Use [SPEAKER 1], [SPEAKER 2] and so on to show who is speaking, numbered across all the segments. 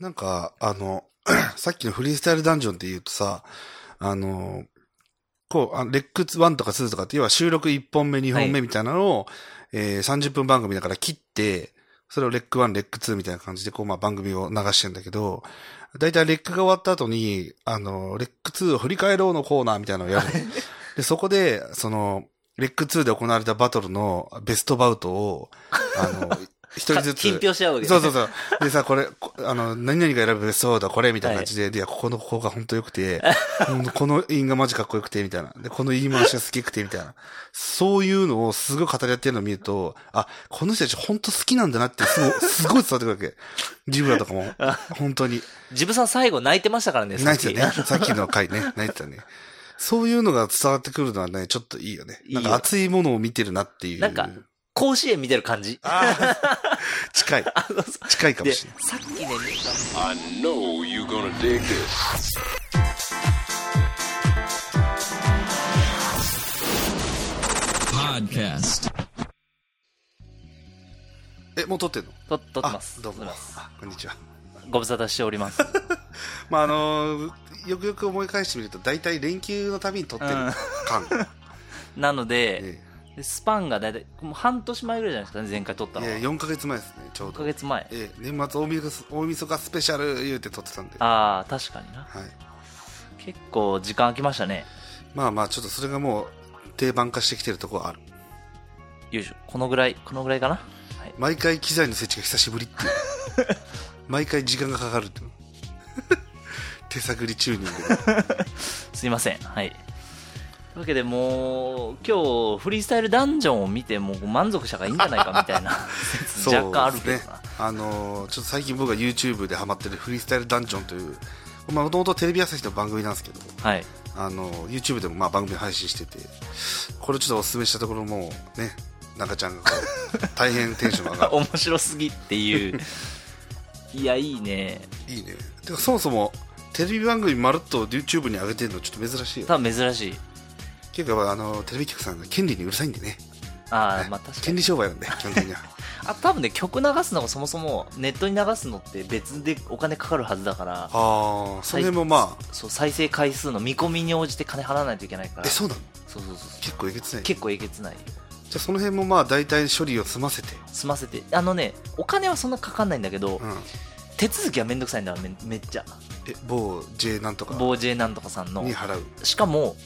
[SPEAKER 1] なんか、あの、 さっきのフリースタイルダンジョンって言うとさ、あの、こう、あレック1とか2とかって、要は収録1本目、2本目みたいなのを、えー30分番組だから切って、それをレック1、レック2みたいな感じで、こう、まあ番組を流してんだけど、だいたいレックが終わった後に、あの、レック2を振り返ろうのコーナーみたいなのをやる。で、そこで、その、レック2で行われたバトルのベストバウトを、あの、 一人ずつ。
[SPEAKER 2] か品評し合うわけ。
[SPEAKER 1] そうそううそう。でさ、これ、こあの、何々が選ぶベストオーダーこれみたいな感じで、で、いやここのここが本当良くて、うんこの韻がマジかっこよくて、みたいな。で、この言い回しが好きくて、みたいな。そういうのをすごい語り合ってるのを見ると、あ、この人たち本当好きなんだなって、すごい、すごい伝わってくるわけ。ジブラとかも、本当に。
[SPEAKER 2] ジブさん最後泣いてましたからね、さ
[SPEAKER 1] 泣
[SPEAKER 2] っ
[SPEAKER 1] い
[SPEAKER 2] き
[SPEAKER 1] てたね。さっきの回ね、泣いてたね。そういうのが伝わってくるのはね、ちょっといいよね。なん
[SPEAKER 2] いい
[SPEAKER 1] か
[SPEAKER 2] よ
[SPEAKER 1] 熱いものを見てるなっていう。
[SPEAKER 2] なんか甲子園見てる感じ。
[SPEAKER 1] あー近い。近いかも
[SPEAKER 2] で、
[SPEAKER 1] しれない。
[SPEAKER 2] さっきね、
[SPEAKER 3] I know you're gonna dig this.
[SPEAKER 1] え、もう撮ってんの
[SPEAKER 2] と撮ってます。
[SPEAKER 1] あどうも
[SPEAKER 2] 撮ってます。
[SPEAKER 1] あこんにちは。
[SPEAKER 2] ご無沙汰してお ります。
[SPEAKER 1] まああのーよくよく思い返してみると大体連休のたびに撮ってる
[SPEAKER 2] うん
[SPEAKER 1] 感、
[SPEAKER 2] なので、
[SPEAKER 1] え
[SPEAKER 2] スパンがだいたい、もう半年前ぐらいじゃないですかね、前回撮った
[SPEAKER 1] え
[SPEAKER 2] のは。
[SPEAKER 1] ええ4ヶ月前ですねちょう
[SPEAKER 2] 1ヶ
[SPEAKER 1] ど、え
[SPEAKER 2] 月前。
[SPEAKER 1] え年末大晦日大晦日スペシャル言うて撮ってたんで、は
[SPEAKER 2] ああ、確かにな。
[SPEAKER 1] い、
[SPEAKER 2] 結構時間空きましたね。
[SPEAKER 1] まあまあちょっとそれがもう定番化してきてるとこはある
[SPEAKER 2] よいしょ。このぐらい、このぐらいかな。はい。
[SPEAKER 1] 毎回機材の設置が久しぶりって いう毎回時間がかかるっていう手探りチューニング
[SPEAKER 2] すいません。はい。というわけでもう、今日、フリースタイルダンジョンを見て、もう満足したからいいんじゃないか みたいな 説若干あるけ
[SPEAKER 1] そう
[SPEAKER 2] ど
[SPEAKER 1] です
[SPEAKER 2] な。
[SPEAKER 1] あのーちょっと最近僕が YouTube でハマってるフリースタイルダンジョンというまあもともとテレビ朝日の番組なんですけど
[SPEAKER 2] はい。
[SPEAKER 1] あの YouTube でもまあ番組配信しててこれちょっとおすすめしたところもうね中ちゃんがこう大変テンションが上がる
[SPEAKER 2] 面白すぎっていう。 いや、いいね。
[SPEAKER 1] いいねてかそもそもテレビ番組まるっと YouTube に上げてるのちょっと珍しいよ
[SPEAKER 2] 多分珍しい。
[SPEAKER 1] 結構やっぱあのテレビ局さんが権利にうるさいんでね
[SPEAKER 2] あ
[SPEAKER 1] ね
[SPEAKER 2] あ、まあ確か
[SPEAKER 1] 権
[SPEAKER 2] に。
[SPEAKER 1] 利商 売なんで基本的には
[SPEAKER 2] あ、多分ね、曲流すのがそもそも、ネットに流すのって別でお金かかるはずだから、
[SPEAKER 1] ああその辺もまあ
[SPEAKER 2] そう、再生回数の見込みに応じて金払わないといけないから。
[SPEAKER 1] えそうなの
[SPEAKER 2] そうそうそうそう。
[SPEAKER 1] 結構えげつないじゃ
[SPEAKER 2] 結構えげつないよ。
[SPEAKER 1] あその辺もまあ大体処理を済ませて
[SPEAKER 2] 済ませて。あのね、お金はそんなかかんないんだけど、
[SPEAKER 1] うん
[SPEAKER 2] 手続きはめんどくさいんだわめめっちゃ
[SPEAKER 1] え某 J なんとか
[SPEAKER 2] 某 J なんとかさんの
[SPEAKER 1] に払う
[SPEAKER 2] しかも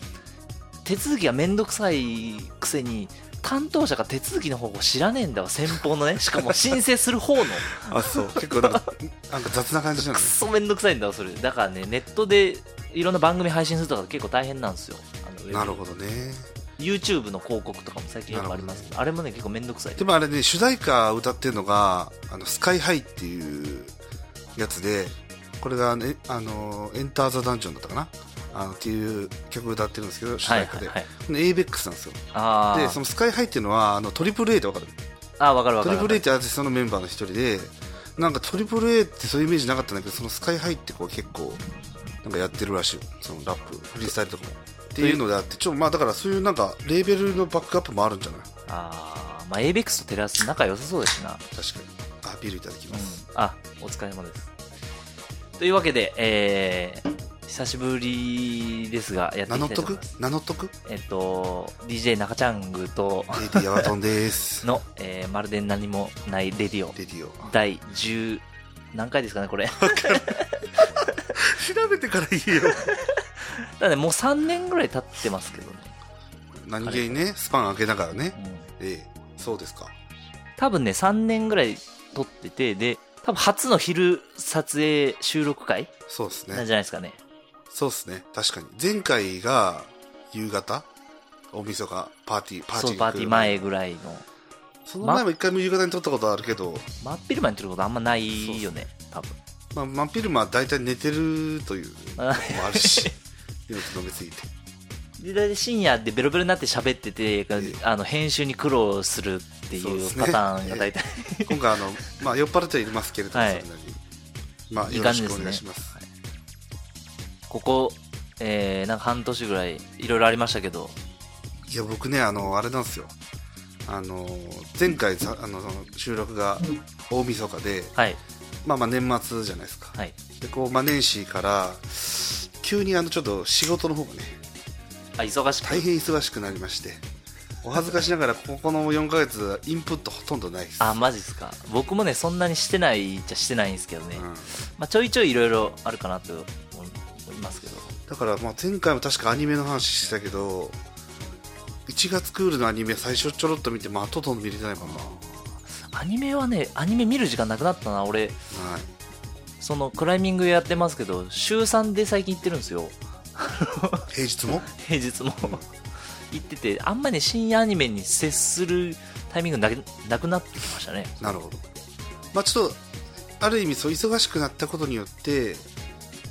[SPEAKER 2] 手続きがめんどくさいくせに担当者が手続きの方法知らねえんだわ先 方のねしかも申請する方の
[SPEAKER 1] あそう結構なんか なんか雑な感じな
[SPEAKER 2] く
[SPEAKER 1] の
[SPEAKER 2] っそめんどくさいんだわそれだからねネットでいろんな番組配信するとか結構大変なんですよあの
[SPEAKER 1] なるほどね
[SPEAKER 2] YouTube の広告とかも最近よくありますけどあれもね結構めんどくさい
[SPEAKER 1] でもあれね、主題歌歌ってるのが、あの、スカイハイっていうやつで、これがね、あの、エンターザダンジョンだったかなあの、っていう曲歌ってるんですけど、主
[SPEAKER 2] はい
[SPEAKER 1] 題歌
[SPEAKER 2] はい
[SPEAKER 1] で。
[SPEAKER 2] はい
[SPEAKER 1] エイベックスなんですよ。
[SPEAKER 2] あ
[SPEAKER 1] で、そ
[SPEAKER 2] ー
[SPEAKER 1] のスカイハイっていうのは、あの、トリプル A ってわかる
[SPEAKER 2] あーわかるわ
[SPEAKER 1] ト
[SPEAKER 2] か
[SPEAKER 1] リ
[SPEAKER 2] る
[SPEAKER 1] プル A ってアーティストのメンバーの一人で、なんかトリプル A ってそういうイメージなかったんだけど、そのスカイハイってこう結構、なんかやってるらしいよそのラップ、フリースタイルとかも。っていうのであって、ちょ、まあだからそういうなんか、レーベルのバックアップもあるんじゃない
[SPEAKER 2] ああまあ ABEX とテラス仲良さそうですしな
[SPEAKER 1] 確かに。あ、ビールいただき
[SPEAKER 2] う
[SPEAKER 1] ま
[SPEAKER 2] ん
[SPEAKER 1] す。
[SPEAKER 2] あお疲れ様ですというわけで、えー、久しぶりですがやって
[SPEAKER 1] 名
[SPEAKER 2] い
[SPEAKER 1] 乗
[SPEAKER 2] き
[SPEAKER 1] った
[SPEAKER 2] いと
[SPEAKER 1] と
[SPEAKER 2] 思い
[SPEAKER 1] く
[SPEAKER 2] ます
[SPEAKER 1] 名乗っとく
[SPEAKER 2] えっと DJ 中ちゃんぐと
[SPEAKER 1] レディアワトン です。
[SPEAKER 2] の、えーまるで何もないレディオ
[SPEAKER 1] レディオ。
[SPEAKER 2] 第10何回ですか ねこれ
[SPEAKER 1] 調べてから言え よ。
[SPEAKER 2] だねもう3年ぐらい経ってますけどね、
[SPEAKER 1] 何気にね、スパン開けながらね
[SPEAKER 2] う。ん、
[SPEAKER 1] ええ、そうですか。
[SPEAKER 2] 多分ね3年ぐらい撮っててで多分初の昼撮影収録会
[SPEAKER 1] そうです
[SPEAKER 2] なん
[SPEAKER 1] ね。
[SPEAKER 2] じゃないですかね
[SPEAKER 1] そうですね。確かに。前回が夕方大晦日パーティー、パーティ
[SPEAKER 2] そ
[SPEAKER 1] ー。
[SPEAKER 2] うパーティー。前ぐらいの
[SPEAKER 1] その前も一回も夕方に撮ったことあるけど、
[SPEAKER 2] 真っ昼間に撮ることあんまないよね多分
[SPEAKER 1] まあ、真昼間は大体寝てるという のもあるし、よく飲みすぎて。
[SPEAKER 2] で大体深夜でベロベロになって喋ってて、あの編集に苦労するって
[SPEAKER 1] そうで
[SPEAKER 2] いう
[SPEAKER 1] すね
[SPEAKER 2] パターンが大体、
[SPEAKER 1] 今回あの、まあ、酔っ払ってはいますけれども、
[SPEAKER 2] は
[SPEAKER 1] そ
[SPEAKER 2] い
[SPEAKER 1] れなりに。まあ、
[SPEAKER 2] いい
[SPEAKER 1] よろ
[SPEAKER 2] 感じ
[SPEAKER 1] し
[SPEAKER 2] で
[SPEAKER 1] くお
[SPEAKER 2] すね
[SPEAKER 1] 願いします。
[SPEAKER 2] ここ、えー、なんか半年ぐらいいろいろありましたけど
[SPEAKER 1] いや僕ねあのあれなんですよあの前回さあの収録が大晦日で
[SPEAKER 2] はい
[SPEAKER 1] まあまあ年末じゃないですか。
[SPEAKER 2] はい。
[SPEAKER 1] で、こう、まあ年始から、急にあの、ちょっと仕事の方がね、
[SPEAKER 2] あ、忙しく。
[SPEAKER 1] 大変忙しくなりまして、お恥ずかしながら、ここの4ヶ月、インプットほとんどないです。
[SPEAKER 2] あ、マジですか。僕もね、そんなにしてないっちゃしてないんですけどね。
[SPEAKER 1] うん
[SPEAKER 2] まあ、ちょいちょいいろいろあるかなと思いますけど。
[SPEAKER 1] だからまあ前回も確かアニメの話してたけど1月クールのアニメ最初ちょろっと見て、まあ、ととんど見れてないかな、
[SPEAKER 2] アニメはね、アニメ見る時間なくなったな。
[SPEAKER 1] は
[SPEAKER 2] 俺、
[SPEAKER 1] い、
[SPEAKER 2] その、クライミングやってますけど、週3で最近行ってるんですよ。
[SPEAKER 1] 平日も
[SPEAKER 2] 平日も 行ってて、あんまりね、深夜アニメに接するタイミングなくなくなってきましたね。
[SPEAKER 1] なるほどまあちょっとある意味そう忙しくなったことによって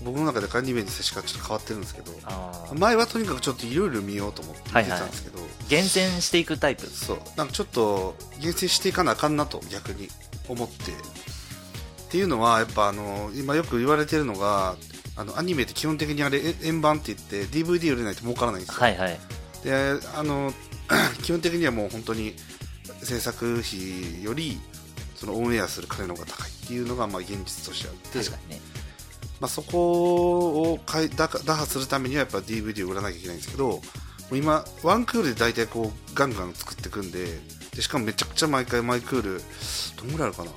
[SPEAKER 1] 僕の中でアニメに接し方ちょっと変わってるんですけど
[SPEAKER 2] あー
[SPEAKER 1] 前はとにかくちょっといろいろ見ようと思って見てたんですけど、
[SPEAKER 2] 厳選していくタイプ。
[SPEAKER 1] そうなんかちょっと厳選していかなあかんなと逆に思ってっていうのはやっぱあの今よく言われてるのがあのアニメって基本的にあれえ円盤って言って DVD 売れないと儲からないんですよ、
[SPEAKER 2] はいはい。
[SPEAKER 1] であの 基本的にはもう本当に制作費よりそのオンエアする金の方が高いっていうのがまあ現実としてあって
[SPEAKER 2] 確かにね。
[SPEAKER 1] まあ、そこをかい打破打破するためにはやっぱ DVD を売らなきゃいけないんですけどもう今ワンクールで大体こうガンガン作っていくんででしかもめちゃくちゃ毎回マイクールどんぐらいあるかな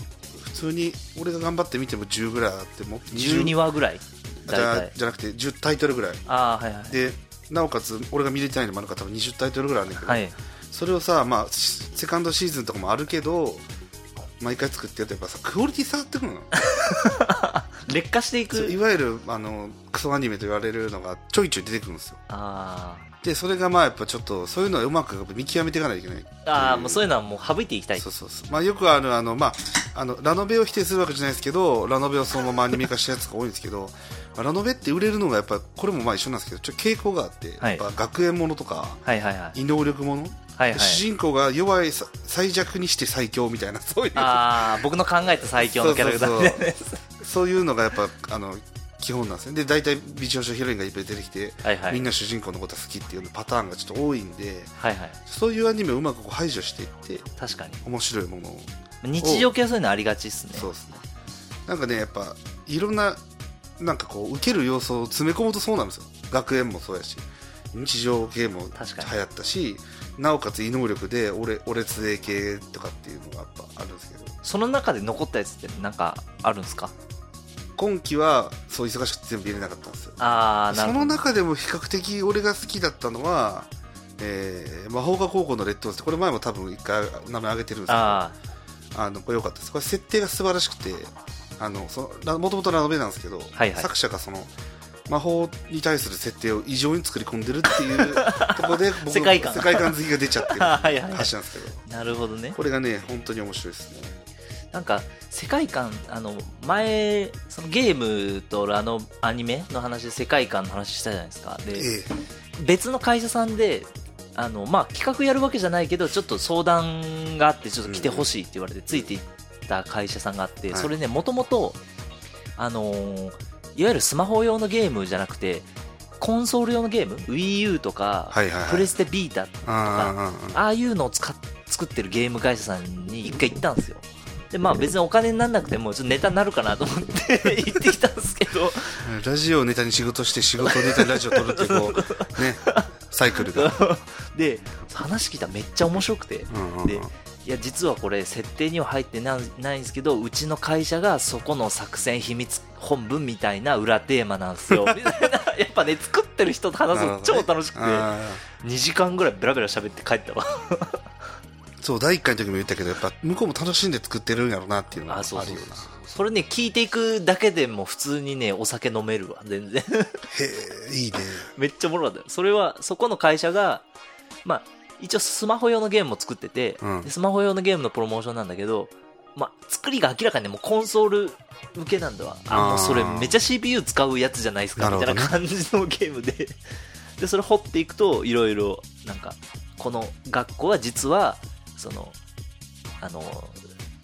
[SPEAKER 1] 普通に俺が頑張って見ても10ぐらいあってもっと
[SPEAKER 2] 12
[SPEAKER 1] 話
[SPEAKER 2] 話ぐらい。
[SPEAKER 1] じ
[SPEAKER 2] 大
[SPEAKER 1] ゃ
[SPEAKER 2] 体。
[SPEAKER 1] じゃなくて10タイトルぐらい
[SPEAKER 2] ああ、はいはい。
[SPEAKER 1] でなおかつ俺が見れてないのもあるから多分20タイトルぐらいあるんだけど、
[SPEAKER 2] はい。
[SPEAKER 1] それをさ、まあ、しセカンドシーズンとかもあるけど毎回作ってやるとやっぱさクオリティ下がってくるの
[SPEAKER 2] 劣化してい
[SPEAKER 1] そうい
[SPEAKER 2] く。
[SPEAKER 1] わゆるあのクソアニメと言われるのがちょいちょい出てくるんですよ
[SPEAKER 2] あー
[SPEAKER 1] でそれがまあやっぱちょっとそういうのはうまく見極めていかないといけない
[SPEAKER 2] あー、もうそういうのはもう省いていきたい。
[SPEAKER 1] そうそうそう、まあ、よくあるあの、まあ、あのラノベを否定するわけじゃないですけどラノベをそのままアニメ化したやつが多いんですけど、まあラノベって売れるのがやっぱこれもまあ一緒なんですけどちょっと傾向があって、
[SPEAKER 2] はい
[SPEAKER 1] やっぱ学園ものとか
[SPEAKER 2] はいはいはい。
[SPEAKER 1] 異能力もの、
[SPEAKER 2] はいはい。
[SPEAKER 1] 主人公が弱いさ最弱にして最強みたいなそういう
[SPEAKER 2] ああ、僕の考えた最強のキャラクターみたいなやつ
[SPEAKER 1] そういうのがやっぱあの基本なんですねで大体美少女ヒロインがいっぱい出てきて、
[SPEAKER 2] はいはい
[SPEAKER 1] みんな主人公のことは好きっていうパターンがちょっと多いんで
[SPEAKER 2] はいはい。
[SPEAKER 1] そういうアニメをうまくこう排除していって
[SPEAKER 2] 確かに。
[SPEAKER 1] 面白いものを、
[SPEAKER 2] 日常系はそういうのありがちっすね。
[SPEAKER 1] そうですねなんかねやっぱいろんななんかこう受ける要素を詰め込むとそうなんですよ学園もそうやし日常系も流
[SPEAKER 2] 確かに
[SPEAKER 1] 行ったしなおかつ異能力で俺俺つえ系とかっていうのがやっぱあるんですけど
[SPEAKER 2] その中で残ったやつってなんかあるんですか
[SPEAKER 1] 今期はそう忙しくて全部入れなかったんですよ
[SPEAKER 2] ああ、な
[SPEAKER 1] そ
[SPEAKER 2] る
[SPEAKER 1] の
[SPEAKER 2] ほど。
[SPEAKER 1] 中でも比較的俺が好きだったのは、えー、魔法科高校のレッドオースこれ前も多分一回名前挙げてるんですけどあ
[SPEAKER 2] あ
[SPEAKER 1] のこれ良かったですこれ設定が素晴らしくてあのそのラもともとラノベなんですけど、
[SPEAKER 2] はいはい
[SPEAKER 1] 作者がその魔法に対する設定を異常に作り込んでるっていう ところで僕の
[SPEAKER 2] 世界観
[SPEAKER 1] 世界観好きが出ちゃ ってる
[SPEAKER 2] あ、はいはいはい
[SPEAKER 1] 話なんですけど
[SPEAKER 2] なるほどね。
[SPEAKER 1] これがね本当に面白いですね
[SPEAKER 2] なんか、世界観、あの、前、そのゲームとあのアニメの話で世界観の話したじゃないですか。で、
[SPEAKER 1] ええ
[SPEAKER 2] 別の会社さんであの、まあ、企画やるわけじゃないけどちょっと相談があってちょっと来てほしいって言われてついていった会社さんがあって、
[SPEAKER 1] はい
[SPEAKER 2] それねもともとあのーいわゆるスマホ用のゲームじゃなくてコンソール用のゲーム WiiU とか、
[SPEAKER 1] はいはいはい
[SPEAKER 2] プレステビータ
[SPEAKER 1] あーあーあ
[SPEAKER 2] ああいうのを使っ作ってるゲーム会社さんに一回行ったんですよでまあ別にお金にならなくてもちょっとネタになるかなと思って行ってきたんですけ ど
[SPEAKER 1] ーラジオをネタに仕事して仕事をネタにラジオを撮るっていうこ うねサイクルが、
[SPEAKER 2] で話聞いたらめっちゃ面白くて、
[SPEAKER 1] うんうんうん
[SPEAKER 2] でいや実はこれ設定には入ってなないんですけどうちの会社がそこの作戦秘密本部みたいな裏テーマなん ですよみたいなやっぱね作ってる人と話すの超楽しくて、
[SPEAKER 1] あ
[SPEAKER 2] 2時間ぐらいベラベラ喋って帰ったわ
[SPEAKER 1] ーそう第1回の時も言ったけどやっぱ向こうも楽しんで作ってるんやろうなっていうのがあ
[SPEAKER 2] あ
[SPEAKER 1] るよ
[SPEAKER 2] そうそうそう
[SPEAKER 1] な
[SPEAKER 2] それね聞いていくだけでも普通にねお酒飲めるわ全然
[SPEAKER 1] へえいいね
[SPEAKER 2] めっちゃおもろかったよそれはそこの会社がまあ一応スマホ用のゲームも作ってて、
[SPEAKER 1] うん
[SPEAKER 2] でスマホ用のゲームのプロモーションなんだけどまあ、作りが明らかにねもうコンソール向けなんだわあ
[SPEAKER 1] あー
[SPEAKER 2] もうそれめっちゃ CPU 使うやつじゃないですか
[SPEAKER 1] なる
[SPEAKER 2] み
[SPEAKER 1] ほ
[SPEAKER 2] た
[SPEAKER 1] ど
[SPEAKER 2] い
[SPEAKER 1] ね
[SPEAKER 2] な感じのゲームで でそれ掘っていくといろいろなんかこの学校は実はそのあの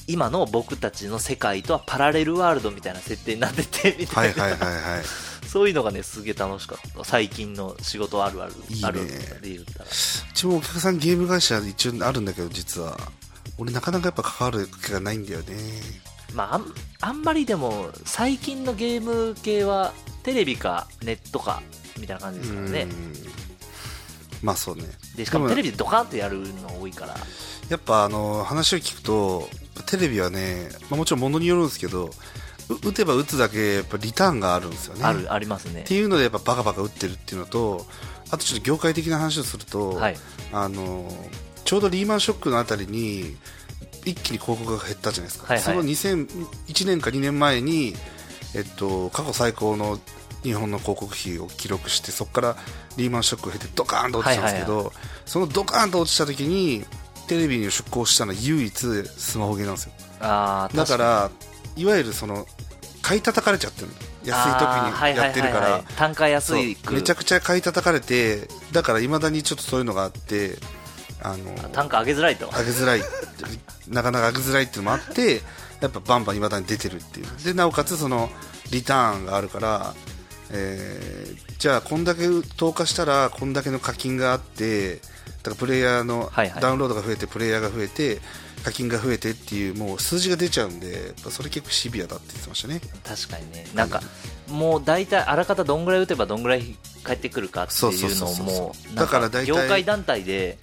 [SPEAKER 2] 今の僕たちの世界とはパラレルワールドみたいな設定になっててみた
[SPEAKER 1] はいい
[SPEAKER 2] な、
[SPEAKER 1] はいはい はい
[SPEAKER 2] そういうのがね、すげえ楽しかった。最近の仕事あるある、
[SPEAKER 1] いいね
[SPEAKER 2] あるで言ったら。
[SPEAKER 1] うちもお客さんゲーム会社一応あるんだけど実は俺なかなかやっぱ関わる機会がないんだよね
[SPEAKER 2] まああんあんまりでも最近のゲーム系はテレビかネットかみたいな感じですからね
[SPEAKER 1] うんまあそうね。
[SPEAKER 2] でしかも
[SPEAKER 1] で
[SPEAKER 2] テ
[SPEAKER 1] も
[SPEAKER 2] レビでドカンってやるの多いから
[SPEAKER 1] やっぱあの、話を聞くと、テレビはね、まあ、もちろん物によるんですけど、う打てば打つだけ、やっぱリターンがあるんですよね。
[SPEAKER 2] あるありますね
[SPEAKER 1] っていうのでやっぱバカバカ打ってるっていうのとあとちょっと業界的な話をすると、
[SPEAKER 2] はい
[SPEAKER 1] あのちょうどリーマンショックのあたりに一気に広告が減ったじゃないですか、
[SPEAKER 2] はいはい
[SPEAKER 1] その2001年か2年前に、えっと、過去最高の日本の広告費を記録してそこからリーマンショックが減ってドカーンと落ちたんですけど、
[SPEAKER 2] は
[SPEAKER 1] そのドカーンと落ちた時にテレビに出向したのは唯一スマホゲーなんですよ
[SPEAKER 2] あー
[SPEAKER 1] だか
[SPEAKER 2] 確に
[SPEAKER 1] らいわゆるその買い叩かれちゃってるの
[SPEAKER 2] あー
[SPEAKER 1] 安い時にやってるから、
[SPEAKER 2] はいはいはいはい単価
[SPEAKER 1] そ
[SPEAKER 2] 安
[SPEAKER 1] う
[SPEAKER 2] いく
[SPEAKER 1] めちゃくちゃ買い叩かれてだからいまだにちょっとそういうのがあってあの
[SPEAKER 2] 単価上げづらいと
[SPEAKER 1] 上げづらいなかなか上げづらいっていうのもあってやっぱバンバンいまだに出てるっていうでなおかつそのリターンがあるから、えーじゃあこんだけ投下したらこんだけの課金があってだからプレイヤーの
[SPEAKER 2] はいはい
[SPEAKER 1] ダウンロードが増えてプレイヤーが増えて課金が増えてっていうもう数字が出ちゃうんでやっぱそれ結構シビアだって言ってましたね
[SPEAKER 2] 確かにねなんかもう大体あらかたどんぐらい打てばどんぐらい返ってくるかって
[SPEAKER 1] そうそ
[SPEAKER 2] いうう
[SPEAKER 1] そ
[SPEAKER 2] の
[SPEAKER 1] う
[SPEAKER 2] を
[SPEAKER 1] そう
[SPEAKER 2] もう
[SPEAKER 1] だから
[SPEAKER 2] なん
[SPEAKER 1] 大体
[SPEAKER 2] 業界団体で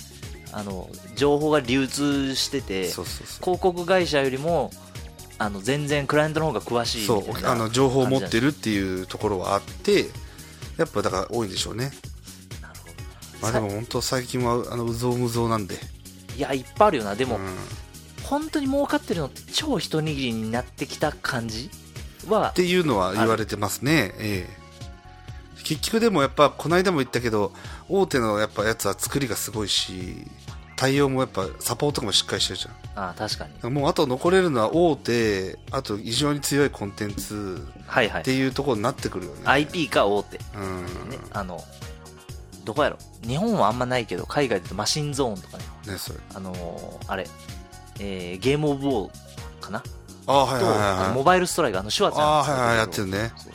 [SPEAKER 2] あの情報が流通してて
[SPEAKER 1] そうそうそう
[SPEAKER 2] 広告会社よりもあの全然クライアントの方が詳しい
[SPEAKER 1] そ
[SPEAKER 2] みたいうな
[SPEAKER 1] あの情報を持ってるっていうところはあってやっぱだから多いんでしょうね、
[SPEAKER 2] なるほ
[SPEAKER 1] まあ、
[SPEAKER 2] さ
[SPEAKER 1] でも本当最近はあのうぞうむぞうなんで、
[SPEAKER 2] どいやいっぱいあるよなで
[SPEAKER 1] う
[SPEAKER 2] も、
[SPEAKER 1] ん、
[SPEAKER 2] 本当に儲かってるのって超一握りになってきた感じ
[SPEAKER 1] っ
[SPEAKER 2] は
[SPEAKER 1] ていうのは言われてますね、ええ、結局でもやっぱこの間も言ったけど大手のやっぱやつは作りがすごいし対応もやっぱサポートとかもしっかりしてるじゃんだ
[SPEAKER 2] あ確かに
[SPEAKER 1] からもうあと残れるのは大手あと非常に強いコンテンツ
[SPEAKER 2] はいは
[SPEAKER 1] っ
[SPEAKER 2] い
[SPEAKER 1] ていうところになってくるよね、
[SPEAKER 2] IP か大手
[SPEAKER 1] うん
[SPEAKER 2] ね、あの、どこやろ日本はあんまないけど、海外だとマシンゾーンとかね、
[SPEAKER 1] ねそれ
[SPEAKER 2] あのーあれ、えーゲームオブウォーかな、
[SPEAKER 1] ああはい
[SPEAKER 2] と、
[SPEAKER 1] はい
[SPEAKER 2] あの
[SPEAKER 1] はい
[SPEAKER 2] モ
[SPEAKER 1] はい
[SPEAKER 2] バイルストライク、あの、シュワちゃん
[SPEAKER 1] ああ
[SPEAKER 2] 使
[SPEAKER 1] はいはいやって
[SPEAKER 2] る
[SPEAKER 1] るね
[SPEAKER 2] けどそう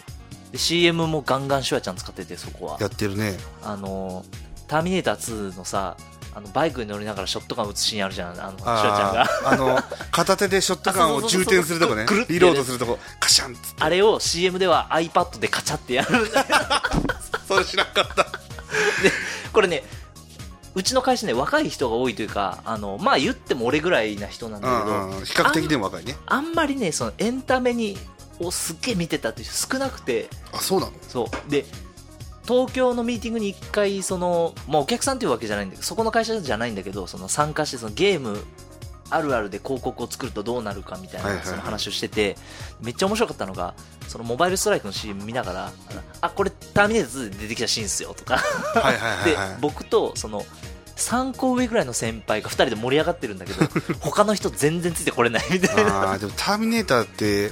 [SPEAKER 2] で CM もガンガンシュワちゃん使ってて、そこは
[SPEAKER 1] や。ってるね
[SPEAKER 2] あのーターミネーター2のさ、あのバイクに乗りながらショットガン撃つシーンあるじゃん、あの、シュワちゃんが
[SPEAKER 1] あ。ーあの片手でショットガンを充填するとこね
[SPEAKER 2] あそうそうそうそうくるって
[SPEAKER 1] リロードするとこカシャンっつって
[SPEAKER 2] あれを CM では iPad でカチャってやるん だ
[SPEAKER 1] それ知らんかった
[SPEAKER 2] これね、うちの会社ね、若い人が多いというか、あの、まあ言っても俺ぐらいな人なんだ
[SPEAKER 1] う
[SPEAKER 2] けど、
[SPEAKER 1] んうん比較的でも若いね
[SPEAKER 2] あんまりねそのエンタメにをすっげえ見てたっていう人少なくて
[SPEAKER 1] あそうなの
[SPEAKER 2] そうで東京のミーティングに1回その、まあ、お客さんというわけじゃないんだけどそこの会社じゃないんだけどその参加してそのゲームあるあるで広告を作るとどうなるかみたい
[SPEAKER 1] はいは
[SPEAKER 2] ないその話をしててめっちゃ面白かったのがそのモバイルストライクの CM 見ながら「あこれターミネーター2で出てきたシーンっすよ」とか
[SPEAKER 1] はいはい
[SPEAKER 2] で
[SPEAKER 1] はいはい
[SPEAKER 2] 僕とその3個上ぐらいの先輩が2人で盛り上がってるん だけど他の人全然ついてこれないみたいな
[SPEAKER 1] あーでも「ターミネーター」って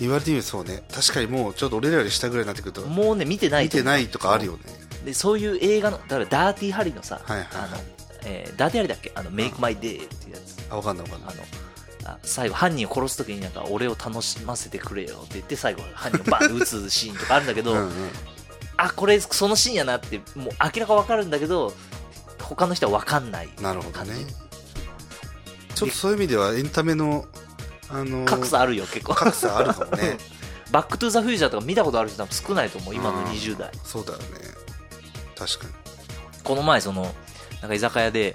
[SPEAKER 1] 言われてみるとそうね確かにもうちょっと俺らより下ぐらいになってくると
[SPEAKER 2] もうね見てない
[SPEAKER 1] 見
[SPEAKER 2] と思
[SPEAKER 1] て
[SPEAKER 2] う
[SPEAKER 1] ないとかあるよね
[SPEAKER 2] でそういう映画のだからダーティーハリーのさ、
[SPEAKER 1] はいはい
[SPEAKER 2] あ
[SPEAKER 1] は
[SPEAKER 2] の
[SPEAKER 1] い
[SPEAKER 2] えーダーティーハリーだっけあのメイクマイデーっていうやつ
[SPEAKER 1] あ分かんない分かんな
[SPEAKER 2] あ
[SPEAKER 1] い
[SPEAKER 2] のあ最後犯人を殺す時になんか俺を楽しませてくれよって言って最後犯人をバーンって撃つシーンとかあるんだけど、
[SPEAKER 1] うんうん
[SPEAKER 2] あこれそのシーンやなってもう明らか分かるんだけど他の人は分かんない
[SPEAKER 1] なるほど
[SPEAKER 2] 感じ、
[SPEAKER 1] ねちょっとそういう意味ではエンタメのあのー
[SPEAKER 2] 格差あるよ結構
[SPEAKER 1] 格差あるかもね
[SPEAKER 2] バック・トゥ・ザ・フューチャーとか見たことある人多分少ないと思う今の20代
[SPEAKER 1] そうだよね確かに
[SPEAKER 2] この前そのなんか居酒屋で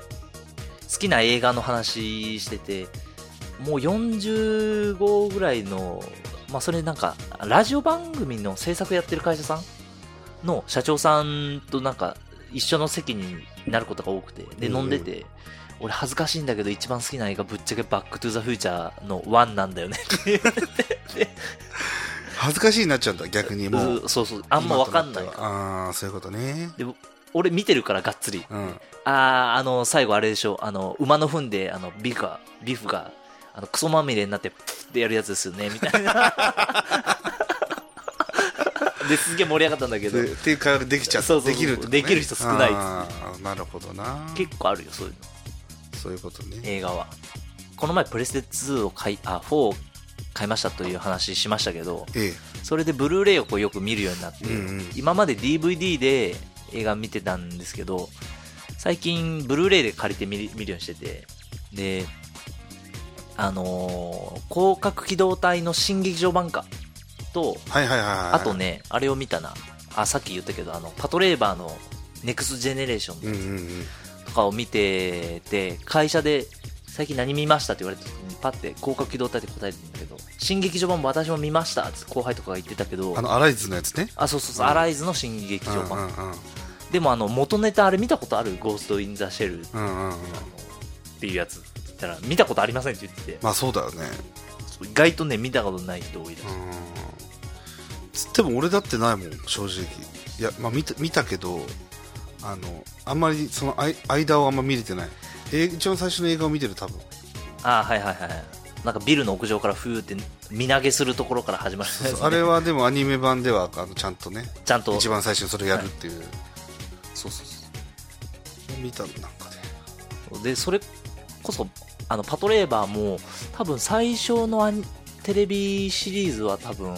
[SPEAKER 2] 好きな映画の話しててもう45ぐらいのまあそれなんかラジオ番組の制作やってる会社さんの社長さんとなんか一緒の席になることが多くてで
[SPEAKER 1] うん
[SPEAKER 2] 飲んでて、俺恥ずかしいんだけど一番好きな映画ぶっちゃけ「バック・トゥ・ザ・フューチャー」の「ワン」なんだよね
[SPEAKER 1] 恥ずかしいになっちゃうんだ逆にもう
[SPEAKER 2] うそうそうあんま分かんない
[SPEAKER 1] 今とって
[SPEAKER 2] から
[SPEAKER 1] はああーそういうことね
[SPEAKER 2] で俺見てるからがっつり
[SPEAKER 1] うん
[SPEAKER 2] あーあの最後あれでしょあの馬の糞であのビフがビフがあのクソまみれになってプッってやるやつですよねみたいなですげえ盛り上がったんだけど
[SPEAKER 1] でっていう会話ができちゃう
[SPEAKER 2] そうそうそう
[SPEAKER 1] できるってこと
[SPEAKER 2] できる人少ないです
[SPEAKER 1] あーなるほどな
[SPEAKER 2] 結構あるよそういうの
[SPEAKER 1] そういうことね
[SPEAKER 2] 映画はこの前プレステ2を買いあ4を買いましたという話しましたけど
[SPEAKER 1] ええ
[SPEAKER 2] それでブルーレイをこうよく見るようになって、
[SPEAKER 1] うんうん
[SPEAKER 2] 今まで DVD で映画見てたんですけど最近ブルーレイで借りて見る見るようにしててであのー広角機動隊の新劇場版かと、
[SPEAKER 1] はいはいはいはい。
[SPEAKER 2] あと。ね、あれを見たな。あ、さっき言ったけど、あの、パトレーバーのネクストジェネレーシ
[SPEAKER 1] うんうん
[SPEAKER 2] ョン
[SPEAKER 1] うん。
[SPEAKER 2] とかを見てて、会社で最近何見ましたって言われた時に、パッて広角機動隊って答えてるんだけど、新劇場版も私も見ましたって後輩とかが言ってたけど
[SPEAKER 1] あ、の、アライズのやつね。
[SPEAKER 2] あ、そうそうそう、
[SPEAKER 1] うん
[SPEAKER 2] アライズの新劇
[SPEAKER 1] うんう
[SPEAKER 2] 場
[SPEAKER 1] んう
[SPEAKER 2] 版。
[SPEAKER 1] ん。
[SPEAKER 2] でもあの、元ネタあれ見たことあるゴースト・イン・ザ・シェルっ
[SPEAKER 1] うんうんうん。
[SPEAKER 2] ていうやつ。言ったら、見たことありませんって言ってて、
[SPEAKER 1] まあそうだよね。
[SPEAKER 2] 意外とね、見たことない人多いらしい
[SPEAKER 1] うん。つっても俺だってないもん、正直。いや、まあ見た見たけど、あの、あんまりそのあい間をあんま見れてない。え一番最初の映画を見てる多分。
[SPEAKER 2] あーはいはいはいなんかビルの屋上からふーって身投げするところから始まるんです ね
[SPEAKER 1] あれはでもアニメ版ではあのちゃんとね、
[SPEAKER 2] ちゃんと
[SPEAKER 1] 一番最初にそれやるっていう。
[SPEAKER 2] そうそうそ
[SPEAKER 1] 見たのなんかね。
[SPEAKER 2] うでそれこそあのパトレーバーも多分最初のアニテレビシリーズは多分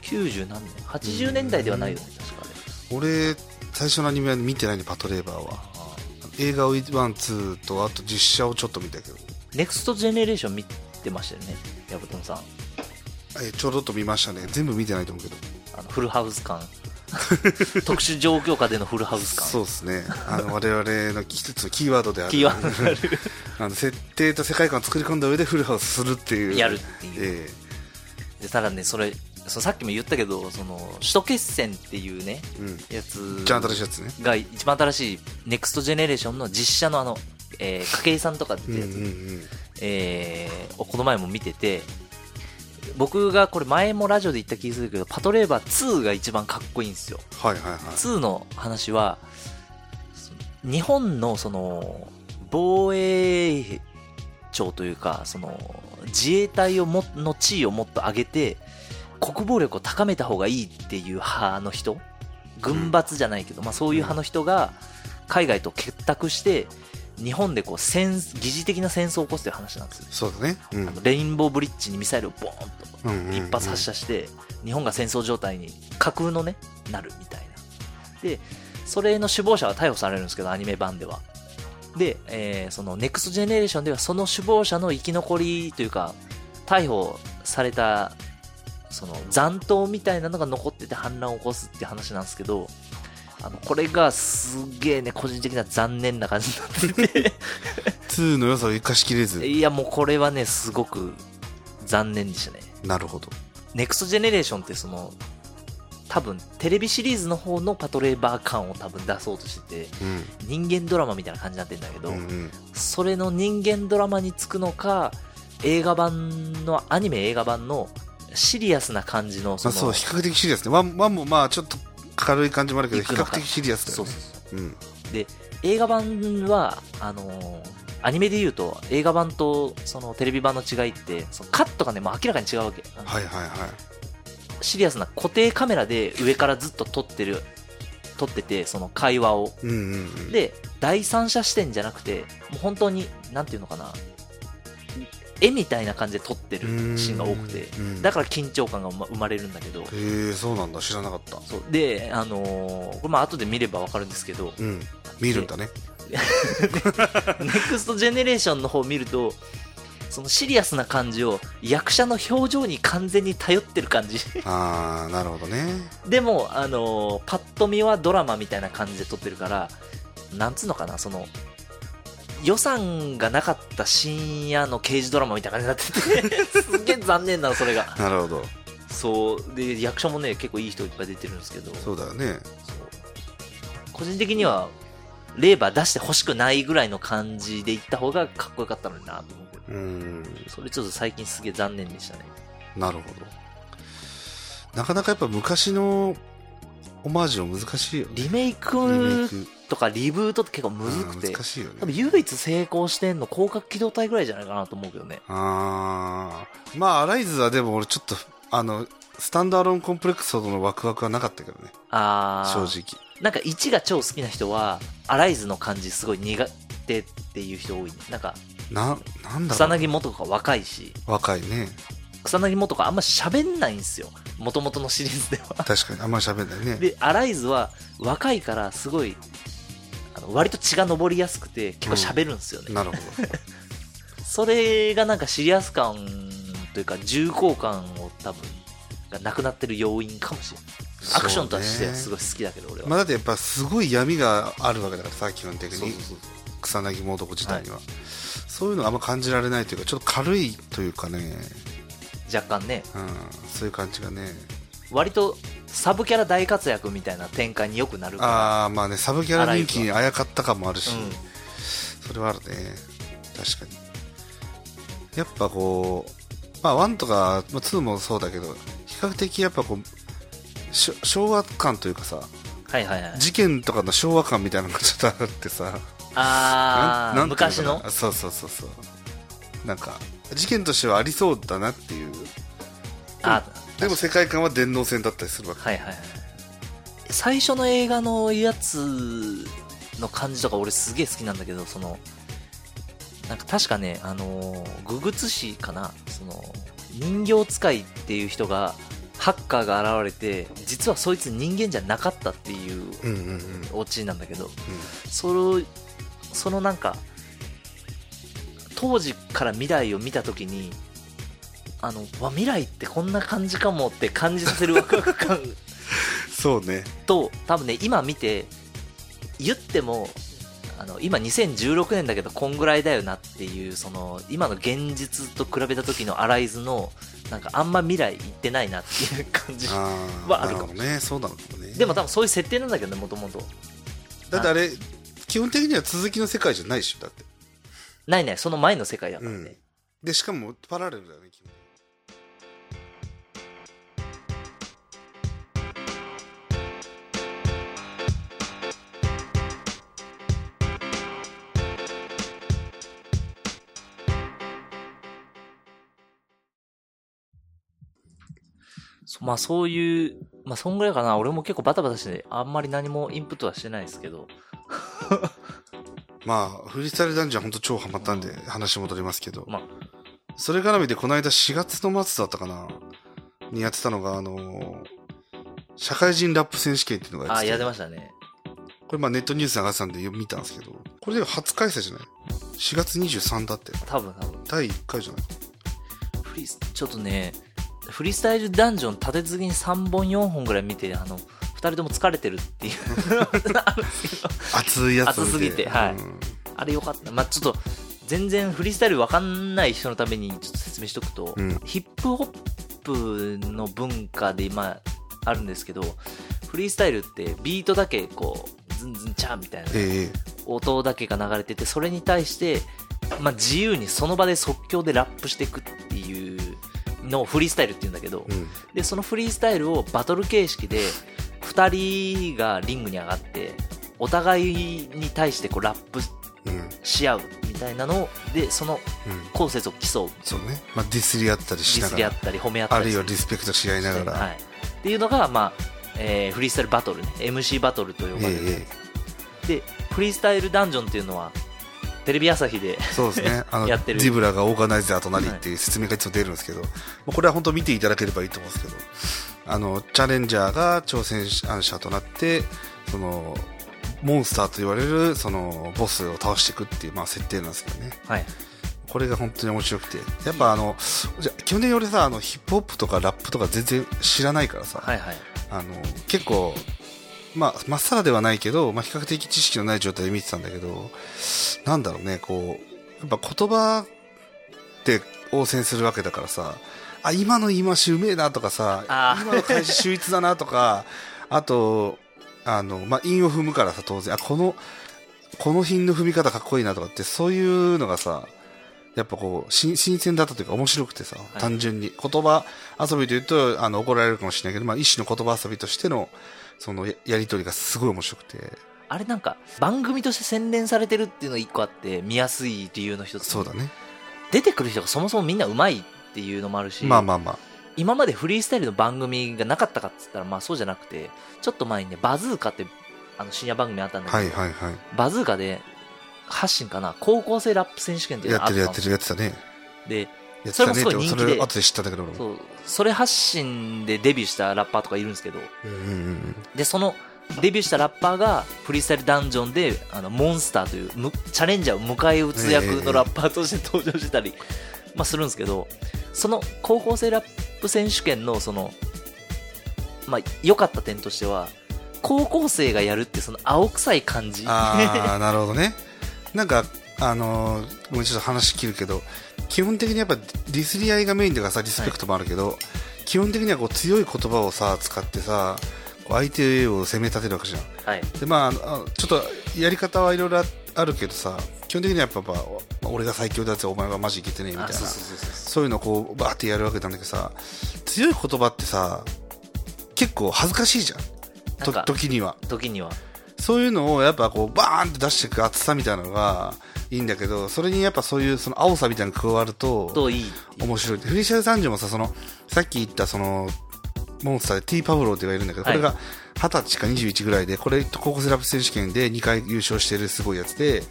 [SPEAKER 2] 90何年80年代ではないよね確かあれ
[SPEAKER 1] 俺、最初のアニメは見てないね、パトレーバーは。
[SPEAKER 2] あ
[SPEAKER 1] 映画を1、2と、あと実写をちょっと見たけど。
[SPEAKER 2] ーネクストジェネレーション見てましたよねヤブトンさん
[SPEAKER 1] えちょろっと見ましたね全部見てないと思うけど
[SPEAKER 2] あのフルハウス感 特殊状況下でのフルハウス感
[SPEAKER 1] そうですねあの我々の一つのキーワードである
[SPEAKER 2] キーワード
[SPEAKER 1] あの設定と世界観を作り込んだ上でフルハウスするっていう
[SPEAKER 2] やるっていう
[SPEAKER 1] え
[SPEAKER 2] でただねそれそうさっきも言ったけどその首都決戦っていうね
[SPEAKER 1] えうん
[SPEAKER 2] やつ
[SPEAKER 1] 一番新しいやつね
[SPEAKER 2] が一番新しいネクストジェネレーションの実写のあの、えー、筧さんとかっ
[SPEAKER 1] う
[SPEAKER 2] て
[SPEAKER 1] んう
[SPEAKER 2] や
[SPEAKER 1] ん
[SPEAKER 2] つ、
[SPEAKER 1] うん
[SPEAKER 2] えーをこの前も見てて僕がこれ前もラジオで言った気がするけどパトレーバー2が一番かっこいいんですよ
[SPEAKER 1] はいはいはい
[SPEAKER 2] 2の話はその日本のその防衛庁というかその自衛隊をもの地位をもっと上げて国防力を高めた方がいいっていう派の人軍閥じゃないけど、まあ、そういう派の人が海外と結託して日本でこう戦疑似的な戦争を起こすという話なんですよ
[SPEAKER 1] そうだねうん
[SPEAKER 2] あのレインボーブリッジにミサイルをボーンと
[SPEAKER 1] うんうん
[SPEAKER 2] 一発発射して、日本が戦争状態に架空のねなるみたいなでそれの首謀者は逮捕されるんですけどアニメ版ではで、えーそのネクストジェネレーションではその首謀者の生き残りというか逮捕されたその残党みたいなのが残ってて反乱を起こすって話なんですけどあのこれがすげえね個人的な残念な感じにな ってて
[SPEAKER 1] 2の良さを生かしきれず
[SPEAKER 2] いやもうこれはねすごく残念でしたね
[SPEAKER 1] なるほど
[SPEAKER 2] ネクストジェネレーションってその多分テレビシリーズの方のパトレーバー感を多分出そうとしてて
[SPEAKER 1] うん
[SPEAKER 2] 人間ドラマみたいな感じになってんだけど、
[SPEAKER 1] うんうん
[SPEAKER 2] それの人間ドラマにつくのか映画版のアニメ映画版のシリアスな感じの
[SPEAKER 1] ま
[SPEAKER 2] そ
[SPEAKER 1] あ
[SPEAKER 2] の
[SPEAKER 1] そう比較的シリアスねワンワンもまあちょっと軽い感じもあるけど
[SPEAKER 2] い
[SPEAKER 1] 比
[SPEAKER 2] くの
[SPEAKER 1] 較
[SPEAKER 2] か
[SPEAKER 1] 的シリアスだ
[SPEAKER 2] そ
[SPEAKER 1] よ
[SPEAKER 2] う
[SPEAKER 1] ね
[SPEAKER 2] そうそう
[SPEAKER 1] うん
[SPEAKER 2] 映画版はあのーアニメで言うと映画版とそのテレビ版の違いってそのカットがねもう明らかに違うわけ、
[SPEAKER 1] はいはいはい
[SPEAKER 2] シリアスな固定カメラで上からずっと撮ってる撮っててその会話を
[SPEAKER 1] うんうんうん
[SPEAKER 2] で第三者視点じゃなくてもう本当になんていうのかな絵みたいな感じで撮ってるシーンが多くて
[SPEAKER 1] うん
[SPEAKER 2] だから緊張感が生まれるんだけど
[SPEAKER 1] へえそうなんだ知らなかった
[SPEAKER 2] そうであのーこれまあ後で見ればわかるんですけど
[SPEAKER 1] うん見るんだね
[SPEAKER 2] ネクストジェネレーションの方を見るとそのシリアスな感じを役者の表情に完全に頼ってる感じ
[SPEAKER 1] ああなるほどね
[SPEAKER 2] でもあのーパッと見はドラマみたいな感じで撮ってるからなんつうのかなその予算がなかった深夜の刑事ドラマみたいな感じになっててすげえ残念なのそれが
[SPEAKER 1] なるほど
[SPEAKER 2] そうで役者もね結構いい人いっぱい出てるんですけど
[SPEAKER 1] そうだよね
[SPEAKER 2] そう個人的にはレーバー出してほしくないぐらいの感じでいった方がかっこよかったのになと思う
[SPEAKER 1] うーん
[SPEAKER 2] それちょっと最近すげえ残念でしたね
[SPEAKER 1] なるほどなかなかやっぱ昔のオマージュは難しいよね
[SPEAKER 2] リメイ
[SPEAKER 1] リメイ
[SPEAKER 2] ク
[SPEAKER 1] ク
[SPEAKER 2] とかリブートって結構むずく
[SPEAKER 1] うん
[SPEAKER 2] て
[SPEAKER 1] 難しいよ
[SPEAKER 2] 多分
[SPEAKER 1] ね
[SPEAKER 2] 唯一成功してんの広角機動隊ぐらいじゃないかなと思うけどね
[SPEAKER 1] ああまあアライズはでも俺ちょっとあのスタンドアローンコンプレックスほどのワクワクはなかったけどね
[SPEAKER 2] ああ
[SPEAKER 1] 正直
[SPEAKER 2] なんか1が超好きな人はアライズの感じすごい苦手っていう人多いねなんか
[SPEAKER 1] ななんだ
[SPEAKER 2] 草
[SPEAKER 1] ろう
[SPEAKER 2] 薙元子が若いし
[SPEAKER 1] 若いね
[SPEAKER 2] 草薙元子はあんま喋んないんですよ元々のシリーズでは
[SPEAKER 1] 確かにあんまり喋んないね
[SPEAKER 2] でアライズは若いからすごいあの割と血が上りやすくて結構喋るんですよね、
[SPEAKER 1] なるほ
[SPEAKER 2] それがなんかシリアス感というか重厚感を多分がなくなってる要因かもしれないアクションとはしてすごい好きだけど俺は、
[SPEAKER 1] まあ、だってやっぱすごい闇があるわけだからさ基本的
[SPEAKER 2] そう
[SPEAKER 1] に
[SPEAKER 2] そうそう
[SPEAKER 1] 草薙も男自体には、そういうのあんま感じられないというかちょっと軽いというかね、
[SPEAKER 2] 若干ね
[SPEAKER 1] うん、そういう感じがね
[SPEAKER 2] 割とサブキャラ大活躍みたいな展開によくなるか
[SPEAKER 1] ああまあねサブキャラ人気にあやかった感もある
[SPEAKER 2] ら
[SPEAKER 1] し、
[SPEAKER 2] うん
[SPEAKER 1] それはあるね確かにやっぱこうまあ1とか、まあ、2もそうだけど比較的やっぱこうしょ昭和感というかさ
[SPEAKER 2] はいはいはい
[SPEAKER 1] 事件とかの昭和感みたいなのがちょっとあってさ
[SPEAKER 2] あ
[SPEAKER 1] なん
[SPEAKER 2] あ
[SPEAKER 1] なんていう
[SPEAKER 2] 昔
[SPEAKER 1] かな
[SPEAKER 2] の
[SPEAKER 1] そうそうそうそうなんか事件としてはありそうだなっていう
[SPEAKER 2] あ
[SPEAKER 1] でも世界観は電脳戦だったりするわけ
[SPEAKER 2] はいはいはい最初の映画のやつの感じとか俺すげえ好きなんだけどそのなんか確かねあのーググツ氏かなその人形使いっていう人がハッカーが現れて実はそいつ人間じゃなかったっていう
[SPEAKER 1] うんうんうん
[SPEAKER 2] オチなんだけどそのそのなんか当時から未来を見た時にあのわ未来ってこんな感じかもって感じさせるワクワク感
[SPEAKER 1] そうね
[SPEAKER 2] と多分ね今見て言ってもあの今2016年だけどこんぐらいだよなっていうその今の現実と比べた時のアライズのなんかあんま未来行ってないなっていう感じ
[SPEAKER 1] あー
[SPEAKER 2] はあ
[SPEAKER 1] な
[SPEAKER 2] る
[SPEAKER 1] る
[SPEAKER 2] か
[SPEAKER 1] ほ
[SPEAKER 2] も
[SPEAKER 1] どねそうなのかもね
[SPEAKER 2] でも多分そういう設定なんだけどねもともと
[SPEAKER 1] だってあれ基本的には続きの世界じゃないでしょだって
[SPEAKER 2] ないないその前の世界だからね、
[SPEAKER 1] うんでしかもパラレルだよね基本
[SPEAKER 2] そまあそういう、まあそんぐらいかな。俺も結構バタバタして、あんまり何もインプットはしてないですけど。
[SPEAKER 1] まあフリースタイルダンジョン本当超ハマったんで話戻りますけど、
[SPEAKER 2] まあ
[SPEAKER 1] それ絡みでこの間4月の末だったかなにやってたのがあのー社会人ラップ選手権っていうのがやっ
[SPEAKER 2] あ
[SPEAKER 1] て
[SPEAKER 2] ー
[SPEAKER 1] て
[SPEAKER 2] やってましたね。
[SPEAKER 1] これまあネットニュースに上がってたんで見たんですけどこれで初開催じゃない4月23だって
[SPEAKER 2] 多分多分。
[SPEAKER 1] 第1回じゃない
[SPEAKER 2] フリース、ちょっとね、フリースタイルダンジョン立て続けに3本4本ぐらい見て、あの、2人とも疲れてるっていう あるんですけど。
[SPEAKER 1] 熱いやつを見
[SPEAKER 2] 熱すぎてはい
[SPEAKER 1] ん
[SPEAKER 2] あれよかった。まあちょっと、全然フリースタイルわかんない人のためにちょっと説明しとくと、
[SPEAKER 1] うん
[SPEAKER 2] ヒップホップの文化で今あるんですけど、フリースタイルってビートだけこう、ズンズンチャーみたいな。
[SPEAKER 1] ええ
[SPEAKER 2] 音だけが流れててそれに対して、まあ、自由にその場で即興でラップしていくっていうのをフリースタイルって言うんだけど、
[SPEAKER 1] うん
[SPEAKER 2] でそのフリースタイルをバトル形式で2人がリングに上がってお互いに対してこうラップ
[SPEAKER 1] うんうん
[SPEAKER 2] し合うみたいなのをでその構成を競う
[SPEAKER 1] そうね、まあ、ディスり合ったり
[SPEAKER 2] ディ
[SPEAKER 1] しな
[SPEAKER 2] ス
[SPEAKER 1] が
[SPEAKER 2] り合
[SPEAKER 1] ら
[SPEAKER 2] ったり褒め合っ
[SPEAKER 1] あ
[SPEAKER 2] たり
[SPEAKER 1] るい
[SPEAKER 2] す
[SPEAKER 1] は
[SPEAKER 2] る
[SPEAKER 1] リスペクトし合いながら、
[SPEAKER 2] はい、っていうのが、まあえーフリースタイルバトルね MC バトルと呼ばれる、
[SPEAKER 1] え
[SPEAKER 2] でフリースタイルダンジョンっていうのはテレビ朝日で
[SPEAKER 1] えそうです ねあの
[SPEAKER 2] やってる
[SPEAKER 1] ディブラがオーガナイザーとなりっていう説明がいつも出るんですけど、まあこれは本当見ていただければいいと思うんですけどあのチャレンジャーが挑戦者となってそのモンスターと言われるそのボスを倒していくっていう、まあ、設定なんですけどね
[SPEAKER 2] はい
[SPEAKER 1] これが本当に面白くてやっぱあのじゃ基本的に俺さあのヒップホップとかラップとか全然知らないからさ、
[SPEAKER 2] はいはい
[SPEAKER 1] あの結構、まあ、まっさらではないけど、まあ、比較的知識のない状態で見てたんだけど、なんだろうね、こう、やっぱ言葉って応戦するわけだからさ、あ、今の言い回しうめえなとかさ、
[SPEAKER 2] あー
[SPEAKER 1] 今の返し秀逸だなとか、あと、あの、まあ、韻を踏むからさ、当然、あ、この、この品の踏み方かっこいいなとかって、そういうのがさ、やっぱこう、し新鮮だったというか面白くてさ、
[SPEAKER 2] い
[SPEAKER 1] 単純に。言葉遊びというと、あの、怒られるかもしれないけど、まあ、一種の言葉遊びとしての、そのや、やりとりがすごい面白くて、
[SPEAKER 2] あれなんか番組として洗練されてるっていうのが一個あって見やすい理由の一つ
[SPEAKER 1] そうだね。
[SPEAKER 2] 出てくる人がそもそもみんなうまいっていうのもあるし、
[SPEAKER 1] まあまあまあ。
[SPEAKER 2] 今までフリースタイルの番組がなかったかっつったらまあそうじゃなくてちょっと前にねバズーカってあの深夜番組あったんだけ
[SPEAKER 1] は
[SPEAKER 2] ど、
[SPEAKER 1] いはいはい。
[SPEAKER 2] バズーカで発信かな高校生ラップ選手権っていう
[SPEAKER 1] や
[SPEAKER 2] のが
[SPEAKER 1] っ
[SPEAKER 2] あ
[SPEAKER 1] て
[SPEAKER 2] った
[SPEAKER 1] る
[SPEAKER 2] の
[SPEAKER 1] やってるやってたね。
[SPEAKER 2] で
[SPEAKER 1] やって
[SPEAKER 2] それ
[SPEAKER 1] た
[SPEAKER 2] も
[SPEAKER 1] ね
[SPEAKER 2] す
[SPEAKER 1] っ
[SPEAKER 2] ごい
[SPEAKER 1] て、
[SPEAKER 2] 人
[SPEAKER 1] そ
[SPEAKER 2] 気で
[SPEAKER 1] れ後で知ったんだけど、俺も。
[SPEAKER 2] そうそれ発信でデビューしたラッパーとかいるんですけど
[SPEAKER 1] うんうんうん。
[SPEAKER 2] でそのデビューしたラッパーがフリースタイルダンジョンであのモンスターというむチャレンジャーを迎え撃つ役のラッパーとして登場してたり、まあ、するんですけどその高校生ラップ選手権のそのまあ良かった点としては高校生がやるってその青臭い感じ
[SPEAKER 1] ああ、なるほどね。なんか、あのーごめんちょっと話切るけど、基本的にやっぱディスり合いがメインだからさ、リスペクトもあるけど、基本的にはこう強い言葉をさ、使ってさ、こう相手を攻め立てるわけじゃん。
[SPEAKER 2] はい、
[SPEAKER 1] で、まああの、あのちょっとやり方はいろいろああるけどさ、基本的にはやっぱ、まあ俺が最強だぜ、お前はマジいけてねえみたい
[SPEAKER 2] あ
[SPEAKER 1] な。
[SPEAKER 2] そうそうそうそう
[SPEAKER 1] そういうのをこう、バーってやるわけなんだけどさ、強い言葉ってさ、結構恥ずかしいじゃん。
[SPEAKER 2] な
[SPEAKER 1] と
[SPEAKER 2] んか
[SPEAKER 1] 時には。
[SPEAKER 2] 時には
[SPEAKER 1] そういうのをやっぱこうバーンって出していく厚さみたいなのがいいんだけど、それにやっぱそういうその青さみたいなのが加わると
[SPEAKER 2] といい
[SPEAKER 1] 面白い。フリーシャル三女もさ、その、さっき言ったその、モンスターで T パブローっていうのがいるんだけど、こ
[SPEAKER 2] はい
[SPEAKER 1] れが20歳か21ぐらいで、これ高校生ラップ選手権で2回優勝してるすごいやつで、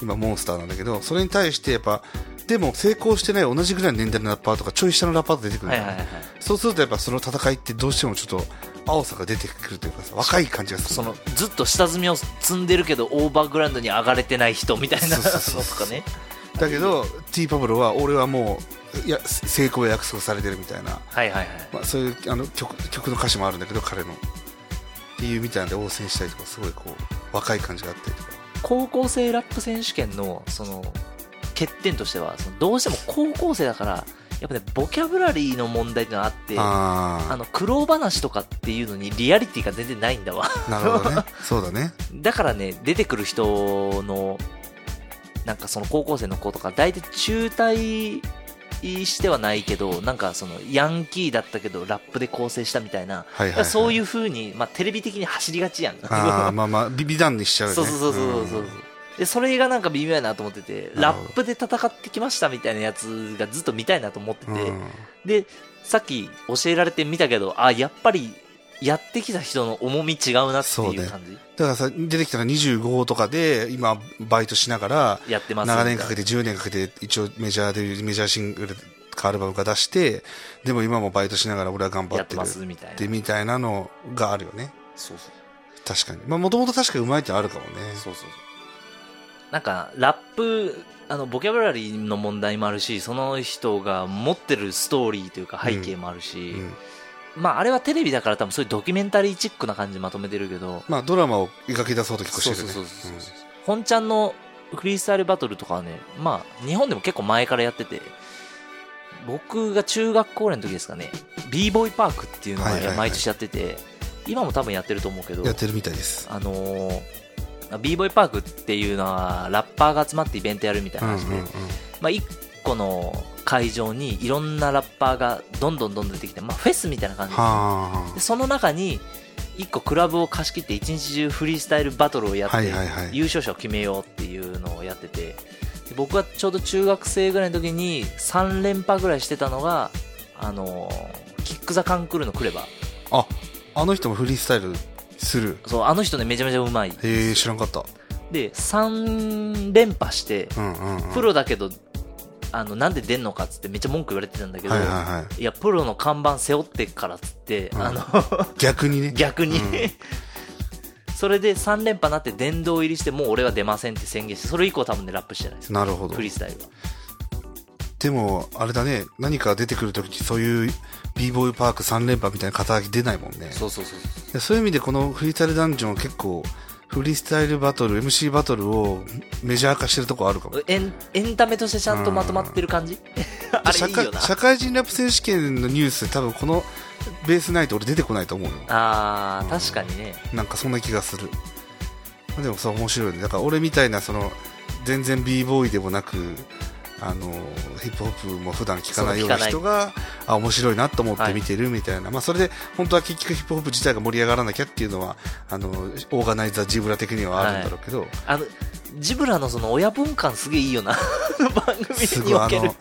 [SPEAKER 1] 今モンスターなんだけど、それに対してやっぱ、でも成功してない同じぐらいの年代のラッパーとか、ちょい下のラッパーと出てくるん
[SPEAKER 2] は
[SPEAKER 1] だ
[SPEAKER 2] い
[SPEAKER 1] よ
[SPEAKER 2] はいはいはい
[SPEAKER 1] そうするとやっぱその戦いってどうしてもちょっと青さが出てくるというかさ、若い感じがする。
[SPEAKER 2] そのずっと下積みを積んでるけどオーバーグラウンドに上がれてない人みたいなの
[SPEAKER 1] そうそうそ
[SPEAKER 2] と
[SPEAKER 1] う
[SPEAKER 2] かね
[SPEAKER 1] だけど T パブロは俺はもういや成功を約束されてるみたいな、
[SPEAKER 2] はいはいはい
[SPEAKER 1] まあ、そういうあの曲曲の歌詞もあるんだけど彼のっていうみたいなんで応戦したりとかすごいこう若い感じがあったりとか
[SPEAKER 2] 高校生ラップ選手権のその欠点としてはそのどうしても高校生だからやっぱねボキャブラリーの問題ってのがあってあ
[SPEAKER 1] あ
[SPEAKER 2] の苦労話とかっていうのにリアリティが全然ないんだわ
[SPEAKER 1] あなるほどねそうだね
[SPEAKER 2] だからね出てくる人のなんかその高校生の子とか大体中退してはないけどなんかそのヤンキーだったけどラップで構成したみたいな
[SPEAKER 1] はいはい、
[SPEAKER 2] だからそういうう風に、まあ、テレビ的に走りがちやん。
[SPEAKER 1] ああまあまあビビダンにしちゃうよね
[SPEAKER 2] そうそうそうそうそう。
[SPEAKER 1] ん
[SPEAKER 2] で、それがなんか微妙やなと思ってて、
[SPEAKER 1] ほど
[SPEAKER 2] ラップで戦ってきましたみたいなやつがずっと見たいなと思ってて、
[SPEAKER 1] うん
[SPEAKER 2] で、さっき教えられてみたけど、あ、やっぱりやってきた人の重み違うなって
[SPEAKER 1] そう
[SPEAKER 2] い
[SPEAKER 1] ね
[SPEAKER 2] う感じ。
[SPEAKER 1] だからさ出てきたのが25とかで今バイトしながら
[SPEAKER 2] やってます。
[SPEAKER 1] 長年かけて10年かけて一応メジャーでメジャーシングルかアルバムか出してでも今もバイトしながら俺は頑張
[SPEAKER 2] や
[SPEAKER 1] っ
[SPEAKER 2] ってて
[SPEAKER 1] る
[SPEAKER 2] ますみたいな。
[SPEAKER 1] でみたいなのがあるよね
[SPEAKER 2] そうそう。
[SPEAKER 1] 確かにまあもともと確かにうまいってあるかもね
[SPEAKER 2] そうそうそうなんかラップあのボキャブラリーの問題もあるしその人が持ってるストーリーというか背景もあるし、
[SPEAKER 1] うん
[SPEAKER 2] まああれはテレビだから多分そういうドキュメンタリーチックな感じまとめてるけど
[SPEAKER 1] まあドラマを描き出そうと結構してるよね
[SPEAKER 2] そうそうそうそう本ちゃんのフリースタイルバトルとかはねまあ日本でも結構前からやってて僕が中学校の時ですかね b ボーイパークっていうの
[SPEAKER 1] はいはいは
[SPEAKER 2] が
[SPEAKER 1] い
[SPEAKER 2] 毎年やってて、今も多分やってると思うけ
[SPEAKER 1] う
[SPEAKER 2] ど
[SPEAKER 1] んやってるみたいです
[SPEAKER 2] あのー、b ボーイパークっていうのはラッパーが集まってイベントやるみたいな話で、
[SPEAKER 1] うんうんうん
[SPEAKER 2] まあ、1個の会場にいろんなラッパーがどんどんどんどん出てきて、まあ、フェスみたいな感じですね
[SPEAKER 1] は
[SPEAKER 2] でその中に1個クラブを貸し切って一日中フリースタイルバトルをや
[SPEAKER 1] あ
[SPEAKER 2] って、
[SPEAKER 1] はいはいはい
[SPEAKER 2] 優勝者を決めようっていうのをやっててで僕がちょうど中学生ぐらいの時に3連覇ぐらいしてたのが、あのーキック・ザ・カンクールのクレバ
[SPEAKER 1] ああの人もフリースタイルする
[SPEAKER 2] そうあの人ねめちゃめちゃうまい
[SPEAKER 1] へえ知らんかった
[SPEAKER 2] で3連覇して
[SPEAKER 1] うんうんうん
[SPEAKER 2] プロだけどあのなんで出んのかっつってめっちゃ文句言われてたんだけど、
[SPEAKER 1] はいはいはい
[SPEAKER 2] やプロの看板背負ってっからっつって、
[SPEAKER 1] うん
[SPEAKER 2] あの
[SPEAKER 1] 逆にね
[SPEAKER 2] 逆に、
[SPEAKER 1] うん
[SPEAKER 2] それで3連覇なって殿堂入りしてもう俺は出ませんって宣言してそれ以降多分ねラップしてないです
[SPEAKER 1] なるほど
[SPEAKER 2] フリースタイルは
[SPEAKER 1] でもあれだね何か出てくるときそういう b ボーイパーク3連覇みたいな肩書き出ないもんね
[SPEAKER 2] そうそうそうそう
[SPEAKER 1] でそういう意味でこのフリースタイルダンジョンは結構フリースタイルバトル MC バトルをメジャー化してるとこあるかも
[SPEAKER 2] エンエンタメとしてちゃんとまとまってる感じ あれい
[SPEAKER 1] 社
[SPEAKER 2] いよ
[SPEAKER 1] 会
[SPEAKER 2] な
[SPEAKER 1] 社会人ラップ選手権のニュース多分このベースないと俺出てこないと思うよ
[SPEAKER 2] あー確かにね
[SPEAKER 1] なんかそんな気がするまあでもさ面白いねだから俺みたいなその全然 b ボーイでもなくあのヒップホップも普段聞かないような
[SPEAKER 2] そう聞
[SPEAKER 1] 人
[SPEAKER 2] か
[SPEAKER 1] があ面白いなと思って見てるみたいな、まあ、それで本当は結局ヒップホップ自体が盛り上がらなきゃっていうのはあのオーガナイザージブラ的にはあるんだろうけど、
[SPEAKER 2] あのジブラのその親分感すげえいいよな 番
[SPEAKER 1] すご
[SPEAKER 2] 組
[SPEAKER 1] い
[SPEAKER 2] にお
[SPEAKER 1] あ
[SPEAKER 2] ける
[SPEAKER 1] の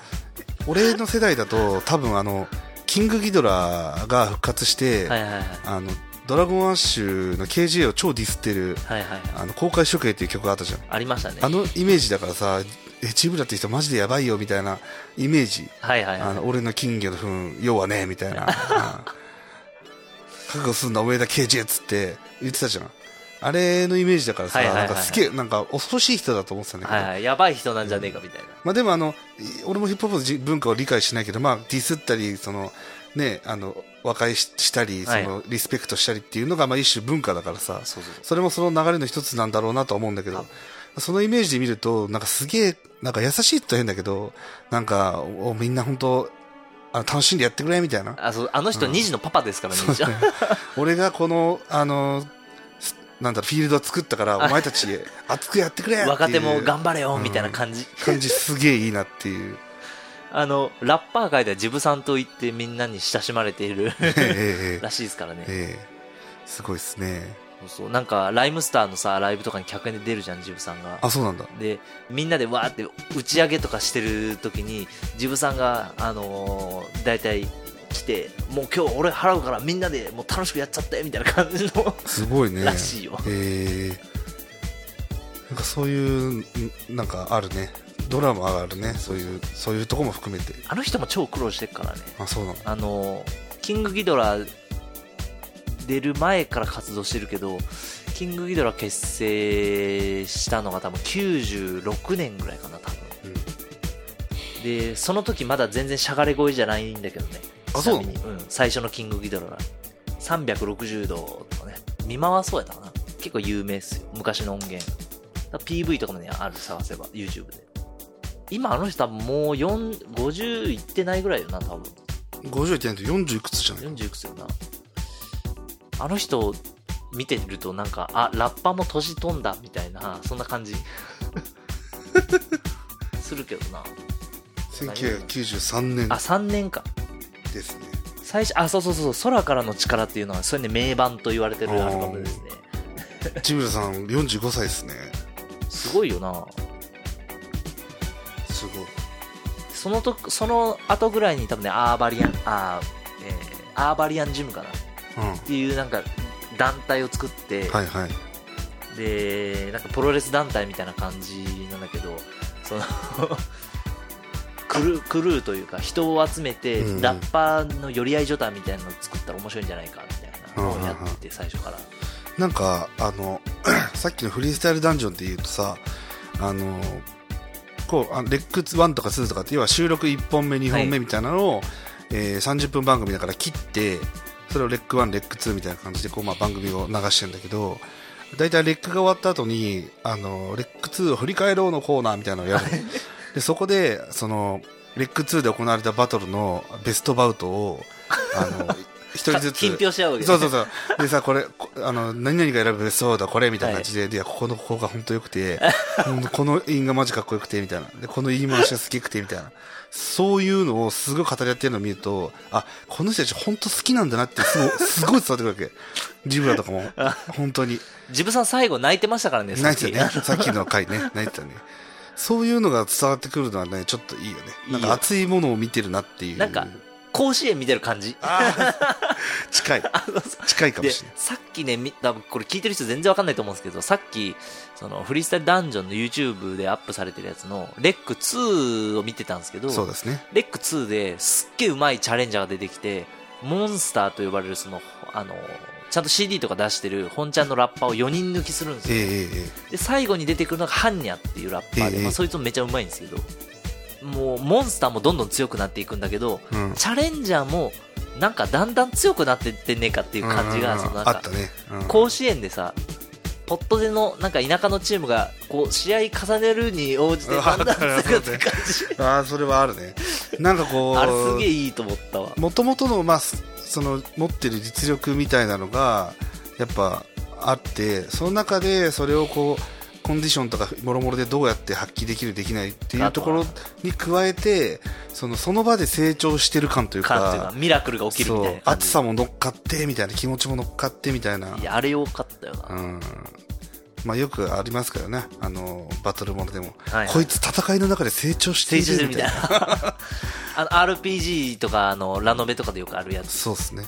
[SPEAKER 1] 俺の世代だと多分あのキングギドラが復活して、
[SPEAKER 2] はいはいはい
[SPEAKER 1] あのドラゴンアッシュの KJ を超ディスってる
[SPEAKER 2] はいはいはい
[SPEAKER 1] あの公開処刑っていう曲があったじゃん
[SPEAKER 2] ありましたね
[SPEAKER 1] あのイメージだからさえチブラって人マジでやばいよみたいなイメージ
[SPEAKER 2] はいはい
[SPEAKER 1] あ
[SPEAKER 2] はい
[SPEAKER 1] の俺の金魚の 糞要はねみたいなうん覚悟すんなおめえだ KJ っつって言ってたじゃん。あれのイメージだからさ、
[SPEAKER 2] はいはいはい
[SPEAKER 1] な
[SPEAKER 2] は
[SPEAKER 1] ん
[SPEAKER 2] い
[SPEAKER 1] かすげえ、なんか恐ろしい人だと思ってたんだけど。
[SPEAKER 2] はいはい、やばい人なんじゃねえかみたいな。
[SPEAKER 1] まあでもあの、い俺もヒップホップのじ文化を理解しないけど、まあディスったり、その、ね、あの、和解ししたり、そ
[SPEAKER 2] はい
[SPEAKER 1] の、リスペクトしたりっていうのが、まあ一種文化だからさ、
[SPEAKER 2] そうそう
[SPEAKER 1] それもその流れの一つなんだろうなとは思うんだけ
[SPEAKER 2] は
[SPEAKER 1] ど
[SPEAKER 2] い、
[SPEAKER 1] そのイメージで見ると、なんかすげえ、なんか優しいって言ったら変だけど、なんか、おおみんな本当あの楽しんでやってくれ、みたいな。
[SPEAKER 2] あそうあの人
[SPEAKER 1] うん
[SPEAKER 2] 2児のパパですからね、一応
[SPEAKER 1] 俺がこの、あの、すなんだろう、フィールドを作ったから、お前たち熱くやってくれっていう
[SPEAKER 2] 若手も頑張れよ
[SPEAKER 1] うん
[SPEAKER 2] みたいな感じ。
[SPEAKER 1] 感じすげえいいなって いう。
[SPEAKER 2] あの、ラッパー界ではジブさんと言ってみんなに親しまれている
[SPEAKER 1] ええええ
[SPEAKER 2] らしいですからね。
[SPEAKER 1] ええすごいですね。
[SPEAKER 2] そうそうなんか、ライムスターのさ、ライブとかに客円で出るじゃん、ジブさんが。
[SPEAKER 1] あ、そうなんだ。
[SPEAKER 2] で、みんなでわーって打ち上げとかしてる時に、ジブさんが、あのー、大体来て、もう今日俺払うからみんなでもう楽しくやっちゃってみたいな感じの
[SPEAKER 1] すごいね。
[SPEAKER 2] らしいよ。
[SPEAKER 1] ええなんかそういう、んなんかあるね。ドラマがあるね。そういう、そういうとこも含めて。
[SPEAKER 2] あの人も超苦労してるからね。
[SPEAKER 1] あ、そうなんだ。
[SPEAKER 2] あのキングギドラ出る前から活動してるけどキングギドラ結成したのが多分96年ぐらいかな多分
[SPEAKER 1] うん
[SPEAKER 2] でその時まだ全然しゃがれ声じゃないんだけどね
[SPEAKER 1] あそうな
[SPEAKER 2] ち
[SPEAKER 1] の
[SPEAKER 2] みにうん、最初のキングギドラが360度とかね見回そうやったかな結構有名っすよ昔の音源だから PV とかもねある探せば YouTube で今あの人多分もう4 50いってないぐらいよな多分
[SPEAKER 1] 50いってないと40いくつじゃない
[SPEAKER 2] 40いくつよなあの人見てるとなんかあラッパも年飛んだみたいなそん な感じするけどな
[SPEAKER 1] ?1993 年
[SPEAKER 2] あ3年か
[SPEAKER 1] ですね。
[SPEAKER 2] 最初あそうそうそうそう空からの力っていうのはそれね名盤と言われてるアルバムですね
[SPEAKER 1] ジムラさん45歳ですね。
[SPEAKER 2] すごいよな
[SPEAKER 1] すごい。
[SPEAKER 2] そのとその後ぐらいに多分ねアーバリアンあー、えーアーバリアンジムかなっ
[SPEAKER 1] うん。は
[SPEAKER 2] ていうなんか団体を作って、
[SPEAKER 1] いはい。
[SPEAKER 2] でなんかプロレス団体みたいな感じなんだけどそのクルークルーというか人を集めて
[SPEAKER 1] うんうん
[SPEAKER 2] ラッパーの寄り合い所帯みたいなのを作ったら面白いんじゃないかみたいなのをやって最初から
[SPEAKER 1] なんか、あの、 さっきのフリースタイルダンジョンって言うとさ、あの、こう、あレック1とか2とかって、要は収録1本目、2本目みたいなのを、えー30分番組だから切って、それをレック1、レック2みたいな感じで、こう、まあ番組を流してんだけど、大体レックが終わった後に、あの、レック2を振り返ろうのコーナーみたいなのをやるの。で、そこで、その、レック2で行われたバトルのベストバウトを、あ の、一人ずつ。
[SPEAKER 2] 品評し合うわけ
[SPEAKER 1] そうそう
[SPEAKER 2] う
[SPEAKER 1] そう。でさ、これ、こあの、何々が選ぶそうだ、これみたいな感じで、でいや、ここの、ここが本当良くて、うんこの韻がマジかっこよくて、みたいな。で、この言い回しが好きくて、みたいな。そういうのをすごい語り合ってるのを見ると、あ、この人たち本当好きなんだなって、すごい、 すごい伝わってくるわけ。ジブラとかも、本当に。
[SPEAKER 2] ジブさん最後泣いてましたからね
[SPEAKER 1] 泣いてたね。
[SPEAKER 2] さっき
[SPEAKER 1] さっきの回ね、泣いてたね。そういうのが伝わってくるのはね、ちょっといいよね。
[SPEAKER 2] いい
[SPEAKER 1] な
[SPEAKER 2] よ
[SPEAKER 1] んか熱いものを見てるなっていう。
[SPEAKER 2] なんか甲子園見てる感じ
[SPEAKER 1] あー、近い。近いかも
[SPEAKER 2] で
[SPEAKER 1] しれない。
[SPEAKER 2] さっきねみ多分これ聞いてる人全然わかんないと思うんですけどさっきそのフリースタイルダンジョンの YouTube でアップされてるやつのレック2を見てたんですけど
[SPEAKER 1] そうですね。
[SPEAKER 2] レック2ですっげえうまいチャレンジャーが出てきて、モンスターと呼ばれるその、あの、ちゃんと CD とか出してる本ちゃんのラッパーを4人抜きするんです
[SPEAKER 1] ええ
[SPEAKER 2] よ。
[SPEAKER 1] ええええ
[SPEAKER 2] で、最後に出てくるのがハンニャっていうラッパーで、
[SPEAKER 1] ええ
[SPEAKER 2] まあ、そいつもめちゃうまいんですけど、もうモンスターもどんどん強くなっていくんだけど、
[SPEAKER 1] うん
[SPEAKER 2] チャレンジャーもなんかだんだん強くなってってねえかっていう感じ
[SPEAKER 1] う
[SPEAKER 2] が、
[SPEAKER 1] ん
[SPEAKER 2] そのなん
[SPEAKER 1] あった、
[SPEAKER 2] か
[SPEAKER 1] ね、うん
[SPEAKER 2] 甲子園でさ、ポットでのなんか田舎のチームがこう試合重ねるに応じてだんだん強くなっていく感じ。
[SPEAKER 1] ああそれはあるねなんかこ
[SPEAKER 2] あれすげえ
[SPEAKER 1] う
[SPEAKER 2] いいと思ったわ。
[SPEAKER 1] もともとの,、まあ、すその持ってる実力みたいなのがやっぱあってその中でそれをこうコンディションとかもろもろでどうやって発揮できるできないっていうところに加えてそのその場で成長してる感という
[SPEAKER 2] 感っていうか
[SPEAKER 1] か
[SPEAKER 2] ミラクルが起きるみ
[SPEAKER 1] そ
[SPEAKER 2] たいうな感じ
[SPEAKER 1] 暑さも乗っかってみたいな気持ちも乗っかってみたいない
[SPEAKER 2] やあれよかったよな、
[SPEAKER 1] うんまあ、よくありますからねあのバトルものでも、
[SPEAKER 2] はい
[SPEAKER 1] こいつ戦いの中で成長して
[SPEAKER 2] 成
[SPEAKER 1] い
[SPEAKER 2] 長して
[SPEAKER 1] るみ
[SPEAKER 2] るみ
[SPEAKER 1] たい
[SPEAKER 2] たい
[SPEAKER 1] な
[SPEAKER 2] な あの RPG とかあのラノベとかでよくあるやつ
[SPEAKER 1] そうですね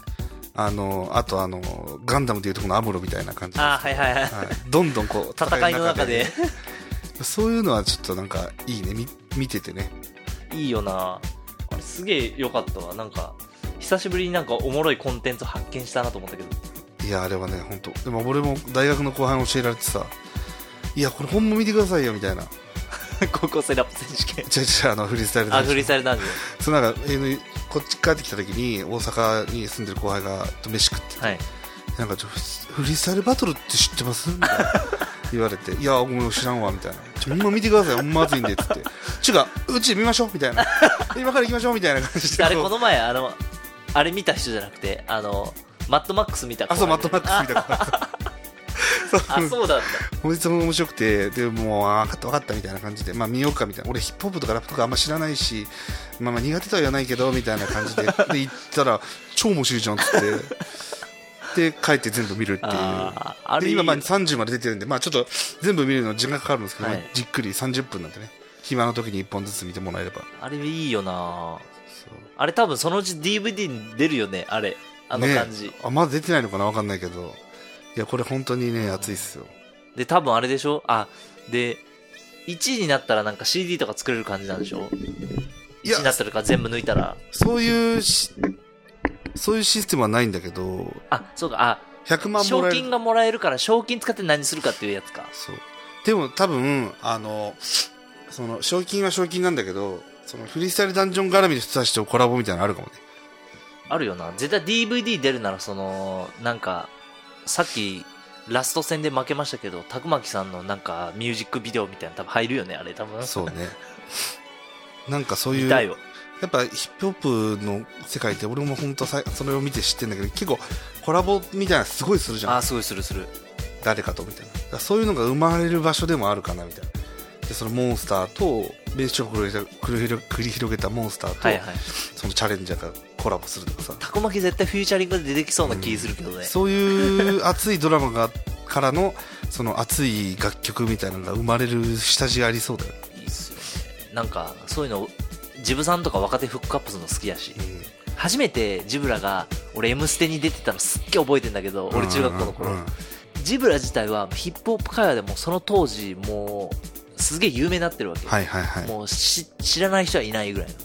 [SPEAKER 1] あのあとあのガンダムでいうとこのアムロみたいな感じです
[SPEAKER 2] あはいはいはい
[SPEAKER 1] はいどんどんこう
[SPEAKER 2] 戦いの中で
[SPEAKER 1] そういうのはちょっとなんかいいねみ見ててね
[SPEAKER 2] いいよなあれすげえよかったわなんか久しぶりになんかおもろいコンテンツ発見したなと思ったけど
[SPEAKER 1] いや、あれはね、本当でも俺も大学の後輩に教えられてさ、いや、これ本も見てくださいよ、みたいな。
[SPEAKER 2] 高校生ラップ選手権
[SPEAKER 1] 違う違う、あの、フリースタイル
[SPEAKER 2] あ
[SPEAKER 1] ダン
[SPEAKER 2] フリースタイルダンジョン
[SPEAKER 1] そのなんか、えーこっち帰ってきた時に、大阪に住んでる後輩が、と飯食ってて、
[SPEAKER 2] はい
[SPEAKER 1] なんかちょ、フリースタイルバトルって知ってますみたいな言われて、 いや、ごめん、知らんわ、みたいな。ちょ、ほんま見てください、ほんま熱いんで、つって。ちゅうか、うちで見ましょう、みたいな。今から行きましょう、みたいな感じで。
[SPEAKER 2] あれこの前あのあれ見た人じゃなくてあのマッドマックス見た子
[SPEAKER 1] あ、そう、マットマックスみたいな。そう
[SPEAKER 2] ああそうだっ
[SPEAKER 1] 本日も面白くて、でもう、あ分かった分かったみたいな感じで、まあ見ようかみたいな、俺ヒップホップとかラップとかあんま知らないし、まあまあ苦手とは言わないけど、みたいな感 じで、で行ったら、超面白いじゃんっつって、で、帰って全部見るっていう。
[SPEAKER 2] あーあれ
[SPEAKER 1] で
[SPEAKER 2] いい
[SPEAKER 1] 今まあ30まで出てるんで、まあちょっと全部見るの時間かかるんですけど、
[SPEAKER 2] はい
[SPEAKER 1] まあじっくり30分なんでね、暇の時に1本ずつ見てもらえれば。
[SPEAKER 2] たあれいいよな
[SPEAKER 1] そう
[SPEAKER 2] あれ多分そのうち DVD に出るよねあれあの
[SPEAKER 1] ね
[SPEAKER 2] 感じ、
[SPEAKER 1] あ、まだ出てないのかな分かんないけど、いや、これ本当にね、熱いっすよ。
[SPEAKER 2] で多分あれでしょあで1位になったらなんか CD とか作れる感じなんでしょ
[SPEAKER 1] いや
[SPEAKER 2] ?1 位になったらか全部抜いたら
[SPEAKER 1] そういうし、そういうシステムはないんだけど、
[SPEAKER 2] あそうか
[SPEAKER 1] 100
[SPEAKER 2] あ
[SPEAKER 1] 万も
[SPEAKER 2] 賞
[SPEAKER 1] らえる
[SPEAKER 2] 金がもらえるから賞金使って何するかっていうやつか
[SPEAKER 1] そう。でも多分、あの、その、賞金は賞金なんだけど、そのフリースタイルダンジョン絡みの人たちとコラボみたいなのあるかもね。
[SPEAKER 2] あるよな絶対 DVD 出るならそのなんかさっきラスト戦で負けましたけどたくまきさんのなんかミュージックビデオみたいなの多分入るよねあれ多分
[SPEAKER 1] そうね。なんかそういう、
[SPEAKER 2] 見たい
[SPEAKER 1] や
[SPEAKER 2] よ
[SPEAKER 1] っぱヒップホップの世界って俺も本当さそれを見て知ってんだけど、結構コラボみたいなのすごいするじゃ
[SPEAKER 2] あ
[SPEAKER 1] ん
[SPEAKER 2] ー。すごいするする
[SPEAKER 1] 誰かとみたいな。だからそういうのが生まれる場所でもあるかなみたいな。で、そのモンスターと、名称を繰り広げた繰り広げ繰り広げたモンスターと、
[SPEAKER 2] はいはい
[SPEAKER 1] そのチャレンジャーがコラボするとかさ、
[SPEAKER 2] たこ巻き絶対フューチャリングで出てきそうな気するけどね、
[SPEAKER 1] そういう熱いドラマがからのその熱い楽曲みたいなのが生まれる下地がありそうだよ、ね
[SPEAKER 2] いいっすよねなんかそういうのジブさんとか若手フックアップするの好きやし初めてジブラが俺「M ステ」に出てたのすっげえ覚えてんだけど俺中学校の頃、
[SPEAKER 1] うんうん
[SPEAKER 2] ジブラ自体はヒップホップ界話でもその当時もうすげえ有名になってるわけよ、
[SPEAKER 1] はいはいはい
[SPEAKER 2] もうし知らない人はいないぐらいの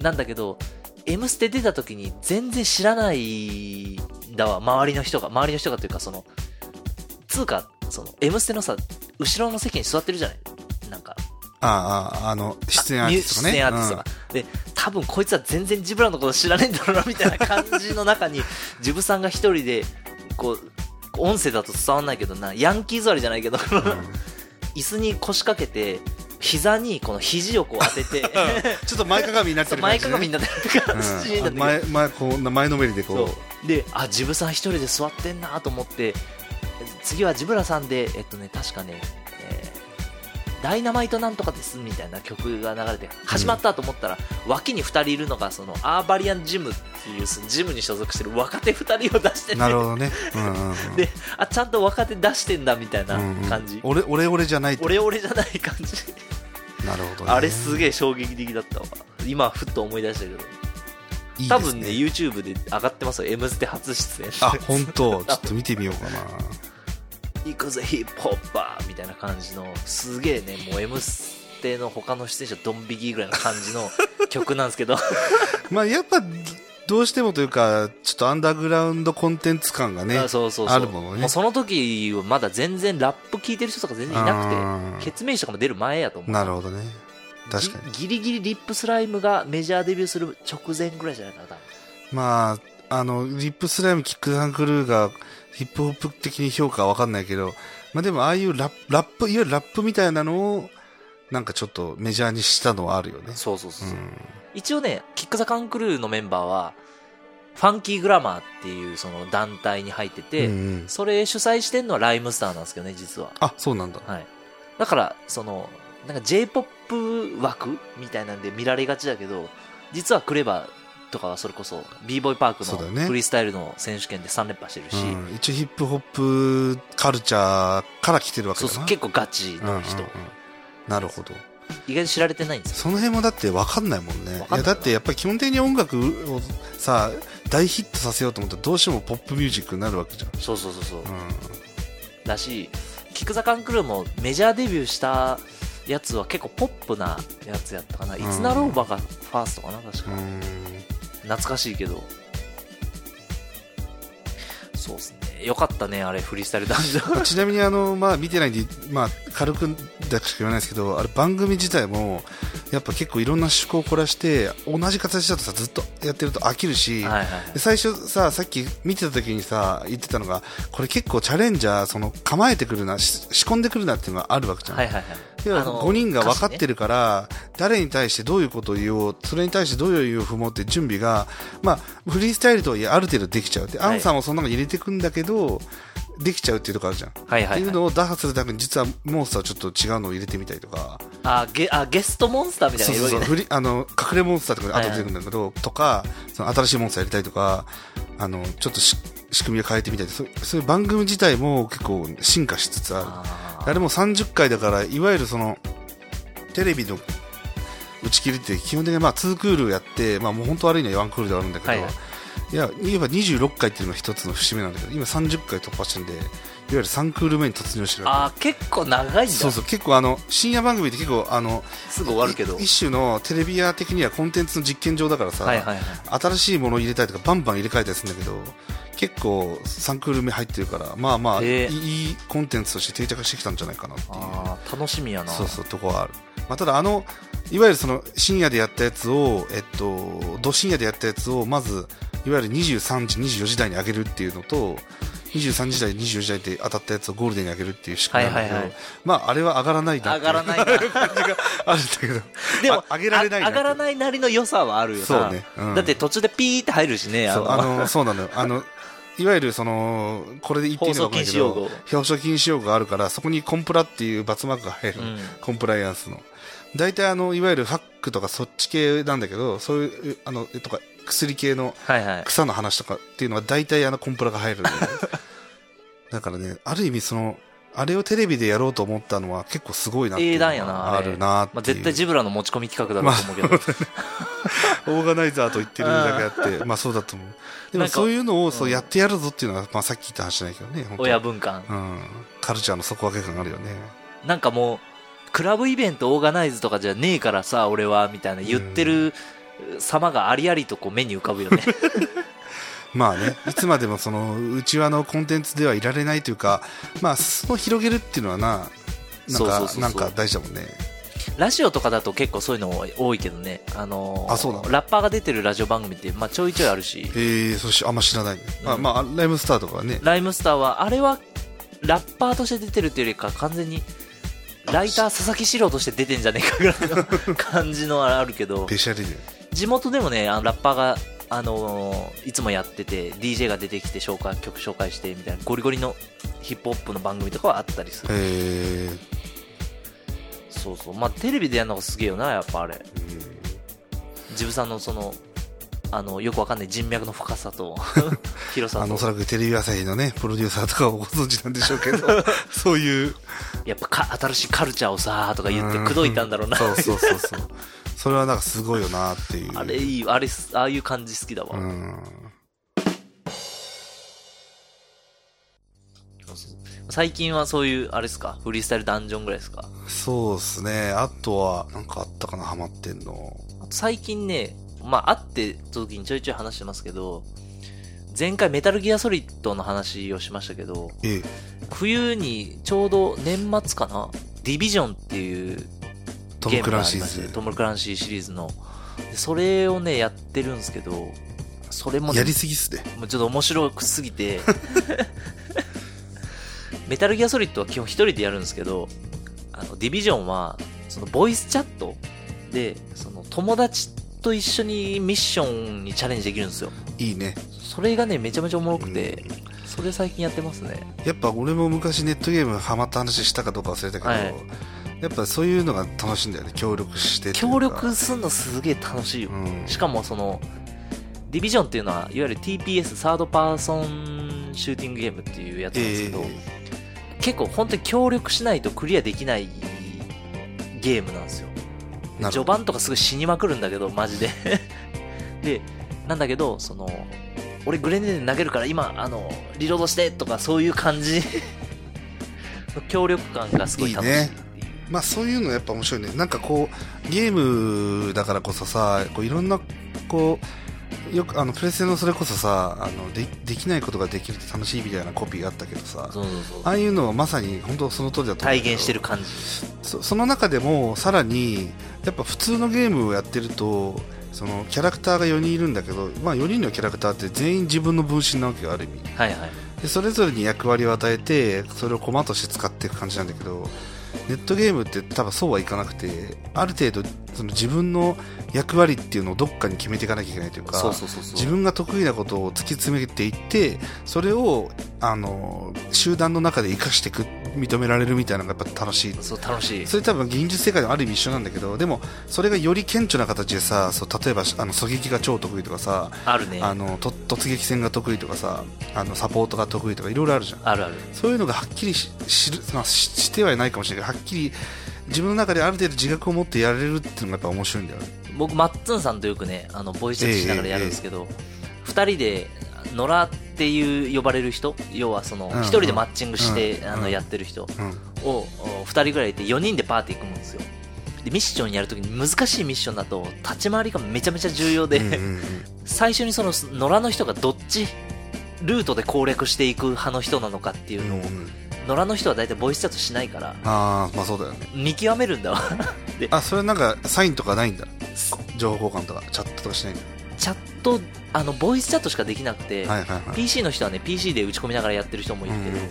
[SPEAKER 2] なんだけど「M ステ」出た時に全然知らないんだわ周りの人が周りの人がというかそのつうかその「M ステ」のさ後ろの席に座ってるじゃないなんか
[SPEAKER 1] ああああの出演アーティストがね
[SPEAKER 2] 出演アーティストが、で多分こいつは全然ジブラのこと知らねえんだろうなみたいな感じの中にジブさんが一人でこう音声だと伝わんないけどなヤンキー座りじゃないけど、椅子に腰掛けて膝にこの肘をこう当てて
[SPEAKER 1] うんちょっと前かがみになって
[SPEAKER 2] そう
[SPEAKER 1] る
[SPEAKER 2] 前
[SPEAKER 1] 感
[SPEAKER 2] か
[SPEAKER 1] じ、ね、
[SPEAKER 2] がみになってる感じにな
[SPEAKER 1] う
[SPEAKER 2] ってる
[SPEAKER 1] ん前前こう前のめりでこう
[SPEAKER 2] そうであジブさん一人で座ってんなと思って次はジブラさんでえっとね確かね、えーダイナマイトなんとかです」みたいな曲が流れて始まったと思ったら、脇に2人いるのがそのアーバリアンジムっていうそのジムに所属してる若手2人を出してて
[SPEAKER 1] なるほどね、うんうんうん
[SPEAKER 2] であちゃんと若手出してんだみたいな
[SPEAKER 1] うんうん
[SPEAKER 2] 感じ、
[SPEAKER 1] 俺俺俺じゃないと
[SPEAKER 2] 俺俺じゃない感じ
[SPEAKER 1] なるほど、ね、
[SPEAKER 2] あれすげえ衝撃的だったわ今ふっと思い出したけど
[SPEAKER 1] いいで
[SPEAKER 2] 多
[SPEAKER 1] す
[SPEAKER 2] 分ね YouTube で上がってますよ「M ステ」初出演
[SPEAKER 1] あ本当ちょっと見てみようかな
[SPEAKER 2] 行くぜヒップホッパーみたいな感じのすげえねもう「M ステ」の他の出演者ドン引きぐらいの感じの曲なんで すけど
[SPEAKER 1] まあやっぱどうしてもというかちょっとアンダーグラウンドコンテンツ感がね
[SPEAKER 2] あ そうそうそう
[SPEAKER 1] あるものね
[SPEAKER 2] うその時はまだ全然ラップ聴いてる人とか全然いなくて
[SPEAKER 1] く
[SPEAKER 2] 血明とかも出る前やと思う
[SPEAKER 1] なるほどね確かに
[SPEAKER 2] ギギリギリリップスライムがメジャーデビューする直前ぐらいじゃないかな多分
[SPEAKER 1] まああのリップスライムキックザンクルーがヒップホップ的に評価は分かんないけどまあでもああいうラップラップいわゆるラップみたいなのをなんかちょっとメジャーにしたのはあるよね
[SPEAKER 2] そうそうそうう、うん一応ねキック・ザ・カンクルーのメンバーはファンキー・グラマーっていうその団体に入ってて、
[SPEAKER 1] うんうん
[SPEAKER 2] それ主催してんのはライムスターなんですけどね実は
[SPEAKER 1] あそうなんだ
[SPEAKER 2] はい、だからそのなんか J−POP 枠みたいなんで見られがちだけど実はクレバーとかはそれこそ b ボーイパーク
[SPEAKER 1] そうだよ
[SPEAKER 2] の
[SPEAKER 1] ね
[SPEAKER 2] フリースタイルの選手権で3連覇してるしそう,、
[SPEAKER 1] うん一応ヒップホップカルチャーから来てるわけ
[SPEAKER 2] そ
[SPEAKER 1] だ
[SPEAKER 2] う
[SPEAKER 1] な
[SPEAKER 2] 結構ガチ
[SPEAKER 1] うんうんう
[SPEAKER 2] の
[SPEAKER 1] ん
[SPEAKER 2] 人、
[SPEAKER 1] なるほど
[SPEAKER 2] 意外と知られてないんですよ
[SPEAKER 1] その辺もだって分かんないもんね
[SPEAKER 2] 分
[SPEAKER 1] い
[SPEAKER 2] かんない
[SPEAKER 1] やだってやっぱり基本的に音楽をさ大ヒットさせようと思ったらどうしてもポップミュージックになるわけじゃん、
[SPEAKER 2] そうそうそうそう、
[SPEAKER 1] う
[SPEAKER 2] だしキック・ザ・カンクルーもメジャーデビューしたやつは結構ポップなやつやったかな、いつなろうばがファーストかな確か、
[SPEAKER 1] ん、うん
[SPEAKER 2] 懐かしいけどそうですねねよかったねあれフリースタイルダンジョン
[SPEAKER 1] ちなみにあの、まあ、見てないんで、まあ、軽くだけしか言わないですけどあれ番組自体もやっぱ結構いろんな趣向を凝らして同じ形だとさずっとやってると飽きるし、
[SPEAKER 2] はいはい
[SPEAKER 1] で最初ささっき見てた時にさ言ってたのがこれ結構チャレンジャーその構えてくるなし仕込んでくるなっていうのがあるわけじゃん、
[SPEAKER 2] はいはいはい
[SPEAKER 1] 要は5人が分かって
[SPEAKER 2] る
[SPEAKER 1] るから、誰に対してどういうことを言おう、それに対してどういう不毛って準備が、まあ、フリースタイルとはいえある程度できちゃうって、
[SPEAKER 2] は
[SPEAKER 1] ア
[SPEAKER 2] い
[SPEAKER 1] ンさんもその中に入れていくんだけど、できちゃうっていうところあるじゃん。
[SPEAKER 2] はいはい
[SPEAKER 1] って
[SPEAKER 2] はいいう
[SPEAKER 1] のを打破するために、実はモンスターちょっと違うのを入れてみたりとか、
[SPEAKER 2] あゲあゲストモンスターみたい
[SPEAKER 1] そ
[SPEAKER 2] な
[SPEAKER 1] う
[SPEAKER 2] 色
[SPEAKER 1] そうそう
[SPEAKER 2] 々
[SPEAKER 1] フ
[SPEAKER 2] ね
[SPEAKER 1] リあの隠れモンスターとかで後で出てくるんだけど、とか、その新しいモンスターやりたいとか、あのちょっとし仕組みを変えてみたりそう、そういう番組自体も結構進化しつつある。
[SPEAKER 2] あ
[SPEAKER 1] あれも30回だから、いわゆるその、テレビの打ち切りって基本的にまあ2クールやって、まあもう本当悪いのは1クールではあるんだけど、
[SPEAKER 2] はい
[SPEAKER 1] い
[SPEAKER 2] はい
[SPEAKER 1] や、言えば26回っていうのが一つの節目なんだけど、今30回突破してるんで、いわゆる3クール目に突入してるわけ
[SPEAKER 2] あー結構長いんだ
[SPEAKER 1] そうそう、結構あの、深夜番組って結構あの、
[SPEAKER 2] すぐ終わるけど
[SPEAKER 1] い一種のテレビ屋的にはコンテンツの実験場だからさ、
[SPEAKER 2] はいはいはい
[SPEAKER 1] 新しいものを入れたりとかバンバン入れ替えたりするんだけど結構3クール目入ってるからまあまあ
[SPEAKER 2] へ
[SPEAKER 1] い
[SPEAKER 2] え
[SPEAKER 1] いいいコンテンツとして定着してきたんじゃないかなっていう
[SPEAKER 2] あー楽しみやな
[SPEAKER 1] そうそうとこはある、まあ、ただあのいわゆるその深夜でやったやつをえっとど深夜でやったやつをまずいわゆる23時24時台に上げるっていうのと23時台24時台で当たったやつをゴールデンに上げるっていう仕組みなんだけど、
[SPEAKER 2] はいはいはい
[SPEAKER 1] まああれは上がらないな
[SPEAKER 2] 上がらないな
[SPEAKER 1] あるんだけど
[SPEAKER 2] でも
[SPEAKER 1] あ上げられない
[SPEAKER 2] あ上がら
[SPEAKER 1] い
[SPEAKER 2] ないなりの良さはあるよな
[SPEAKER 1] そうねうん
[SPEAKER 2] だって途中でピーって入るしね
[SPEAKER 1] そうあのそうなのよあのいわゆるそのこれで言っていいのか分かんないけど
[SPEAKER 2] 放送禁止用語
[SPEAKER 1] 表彰禁止用語があるからそこにコンプラっていう罰マークが入る、
[SPEAKER 2] うん
[SPEAKER 1] コンプライアンスの大体あのいわゆるファックとかそっち系なんだけどそういうあのえとか薬系の
[SPEAKER 2] はいはい
[SPEAKER 1] 草の話とかっていうのは大体あのコンプラが入るんで だからねある意味そのあれをテレビでやろうと思ったのは結構すごいなってい
[SPEAKER 2] 英
[SPEAKER 1] うの
[SPEAKER 2] 断やな
[SPEAKER 1] が
[SPEAKER 2] あ
[SPEAKER 1] あ
[SPEAKER 2] れ
[SPEAKER 1] るなってい
[SPEAKER 2] まあ
[SPEAKER 1] う
[SPEAKER 2] 絶対ジブラの持ち込み企画だろうと思うけど
[SPEAKER 1] オーガナイザーと言ってるだけあって、まあそうだと思う。で
[SPEAKER 2] な
[SPEAKER 1] も
[SPEAKER 2] んか
[SPEAKER 1] そういうのをそう
[SPEAKER 2] うん
[SPEAKER 1] やってやるぞっていうのは、まあさっき言った話じゃないけどね、本当
[SPEAKER 2] 親分感
[SPEAKER 1] うん。カルチャーの底上げ感あるよね。
[SPEAKER 2] なんかもうクラブイベントオーガナイズとかじゃねえからさ俺はみたいな言ってる様がありありとこう目に浮かぶよね
[SPEAKER 1] まあね、いつまでもその、うちわのコンテンツではいられないというか、まあ、裾を広げるっていうのはな、なん
[SPEAKER 2] そうそうそうそ
[SPEAKER 1] か、
[SPEAKER 2] う
[SPEAKER 1] なんか大事だもんね。
[SPEAKER 2] ラジオとかだと結構そういうの多いけどねあのー
[SPEAKER 1] あそうなの
[SPEAKER 2] ラッパーが出てるラジオ番組って、まあ、ちょいちょいあるし
[SPEAKER 1] ええそしてあんま知らない。まあ、
[SPEAKER 2] うん
[SPEAKER 1] まあ、ライムスターとかはね、
[SPEAKER 2] ライムスターはあれはラッパーとして出てるっていうよりか完全にライター佐々木史郎として出てんじゃねえかぐらいの感じのはあるけど
[SPEAKER 1] ペシャリで。
[SPEAKER 2] 地元でもねあのラッパーが、あのーいつもやってて DJ が出てきて紹介曲紹介してみたいなゴリゴリのヒップホップの番組とかはあったりする
[SPEAKER 1] ええ
[SPEAKER 2] そうそうまあテレビでやるのがすげえよなやっぱあれ
[SPEAKER 1] うん
[SPEAKER 2] ジブさんのそのあのよくわかんない人脈の深 さと広さ
[SPEAKER 1] あの、おそ
[SPEAKER 2] と
[SPEAKER 1] らくテレビ朝日のね、プロデューサーとかはご存知なんでしょうけ ど、そういう
[SPEAKER 2] やっぱか新しいカルチャーをさーとか言って口説いたんだろうな
[SPEAKER 1] そうそうそうそう。それはなんかすごいよなっていう。
[SPEAKER 2] あれいいあれすああいう感じ好きだわ、
[SPEAKER 1] うん。
[SPEAKER 2] 最近はそういうあれですかフリースタイルダンジョンぐらいですか
[SPEAKER 1] そうですね。あとは、なんかあったかな、ハマってんの。
[SPEAKER 2] あと最近ねまあ会ってた時にちょいちょい話してますけど前回メタルギアソリッドの話をしましたけど
[SPEAKER 1] ええ。
[SPEAKER 2] 冬にちょうど年末かなディビジョンっていう
[SPEAKER 1] ト
[SPEAKER 2] ゲ
[SPEAKER 1] ム・
[SPEAKER 2] ーム
[SPEAKER 1] ク
[SPEAKER 2] が
[SPEAKER 1] ラ
[SPEAKER 2] あ
[SPEAKER 1] ンシ
[SPEAKER 2] りまして
[SPEAKER 1] ー
[SPEAKER 2] ト
[SPEAKER 1] ズ。
[SPEAKER 2] ム・クランシーシリーズのでそれをねやってるんですけどそれもね
[SPEAKER 1] やりすぎっすね。
[SPEAKER 2] もうちょっと面白くすぎ てメタルギアソリッドは基本一人でやるんですけどあのディビジョンはそのボイスチャットでその友達と一緒にミッションにチャレンジできるんですよ
[SPEAKER 1] いいね。
[SPEAKER 2] それがねめちゃめちゃおもろくて、それ最近やってますね
[SPEAKER 1] やっぱ俺も昔ネットゲームハマった話したかどうか忘れたけど、
[SPEAKER 2] はい
[SPEAKER 1] やっぱそういうのが楽しいんだよね。協力してっていう
[SPEAKER 2] 協
[SPEAKER 1] か。
[SPEAKER 2] 力すんのすげえ楽しいよ
[SPEAKER 1] うん。
[SPEAKER 2] しかもそのディビジョンっていうのはいわゆる TPS サードパーソンシューティングゲームっていうやつなんです
[SPEAKER 1] え
[SPEAKER 2] け
[SPEAKER 1] え
[SPEAKER 2] ど、結構本当に協力しないとクリアできないゲームなんですよ
[SPEAKER 1] なる
[SPEAKER 2] 序
[SPEAKER 1] ほど。
[SPEAKER 2] 盤とかすごい死にまくるんだけどマジで でなんだけどその俺グレネード投げるから今あのリロードしてとかそういう感じ の協力感がすごい楽しいっていう
[SPEAKER 1] まあそういうのやっぱ面白いね。なんかこう、ゲームだからこそさ、こういろんな、こう、よくあのプレステのそれこそさあのでできないことができるって楽しいみたいなコピーがあったけどさ
[SPEAKER 2] そうそう
[SPEAKER 1] あ
[SPEAKER 2] そう
[SPEAKER 1] あいうのはまさに本当その通りだと思う
[SPEAKER 2] 体
[SPEAKER 1] んだけど
[SPEAKER 2] 現してる感じ
[SPEAKER 1] そその中でもさらにやっぱ普通のゲームをやってるとそのキャラクターが4人いるんだけど、まあ、4人のキャラクターって全員自分の分身なわけよある意味
[SPEAKER 2] はいはい
[SPEAKER 1] でそれぞれに役割を与えてそれを駒として使っていく感じなんだけどネットゲームって多分そうはいかなくてある程度その自分の役割っていうのをどっかに決めていかなきゃいけないというか
[SPEAKER 2] そうそうそうそう
[SPEAKER 1] 自分が得意なことを突き詰めていってそれをあの集団の中で生かしていく認められるみたいなのがやっぱ楽しい
[SPEAKER 2] そう楽しい
[SPEAKER 1] それ多分現実世界のある意味一緒なんだけどでもそれがより顕著な形でさそう例えばあの狙撃が超得意とかさ
[SPEAKER 2] あるね
[SPEAKER 1] あのと突撃戦が得意とかさあのサポートが得意とかいろいろあるじゃん
[SPEAKER 2] あるある
[SPEAKER 1] そういうのがはっきりし知る、まあ、ししてはいないかもしれないけどはっきり自分の中である程度自覚を持ってやれるっていうのがやっぱ面白いんだよね
[SPEAKER 2] 僕マッツンさんとよくねあのボイスチャットしながらやるんですけど、二2人で野良っていう呼ばれる人要はその
[SPEAKER 1] うんうん
[SPEAKER 2] 1人でマッチングして、
[SPEAKER 1] うん
[SPEAKER 2] あ
[SPEAKER 1] う
[SPEAKER 2] の
[SPEAKER 1] ん
[SPEAKER 2] やってる人
[SPEAKER 1] うん
[SPEAKER 2] を2人ぐらいいて4人でパーティー組むんですよでミッションやるときに難しいミッションだと立ち回りがめちゃめちゃ重要で、
[SPEAKER 1] うんうんうん
[SPEAKER 2] 最初にその野良の人がどっちルートで攻略していく派の人なのかっていうのを、
[SPEAKER 1] うんうん
[SPEAKER 2] 野良の人は大体ボイスチャットしないから
[SPEAKER 1] ああまあそうだよね
[SPEAKER 2] 見極めるんだわで
[SPEAKER 1] あそれなんかサインとかないんだ情報交換とかチャットとかしないんだ
[SPEAKER 2] チャットあのボイスチャットしかできなくて、
[SPEAKER 1] はいはいはい
[SPEAKER 2] PC の人はね PC で打ち込みながらやってる人もいる
[SPEAKER 1] うん
[SPEAKER 2] け
[SPEAKER 1] うん
[SPEAKER 2] ど、
[SPEAKER 1] うん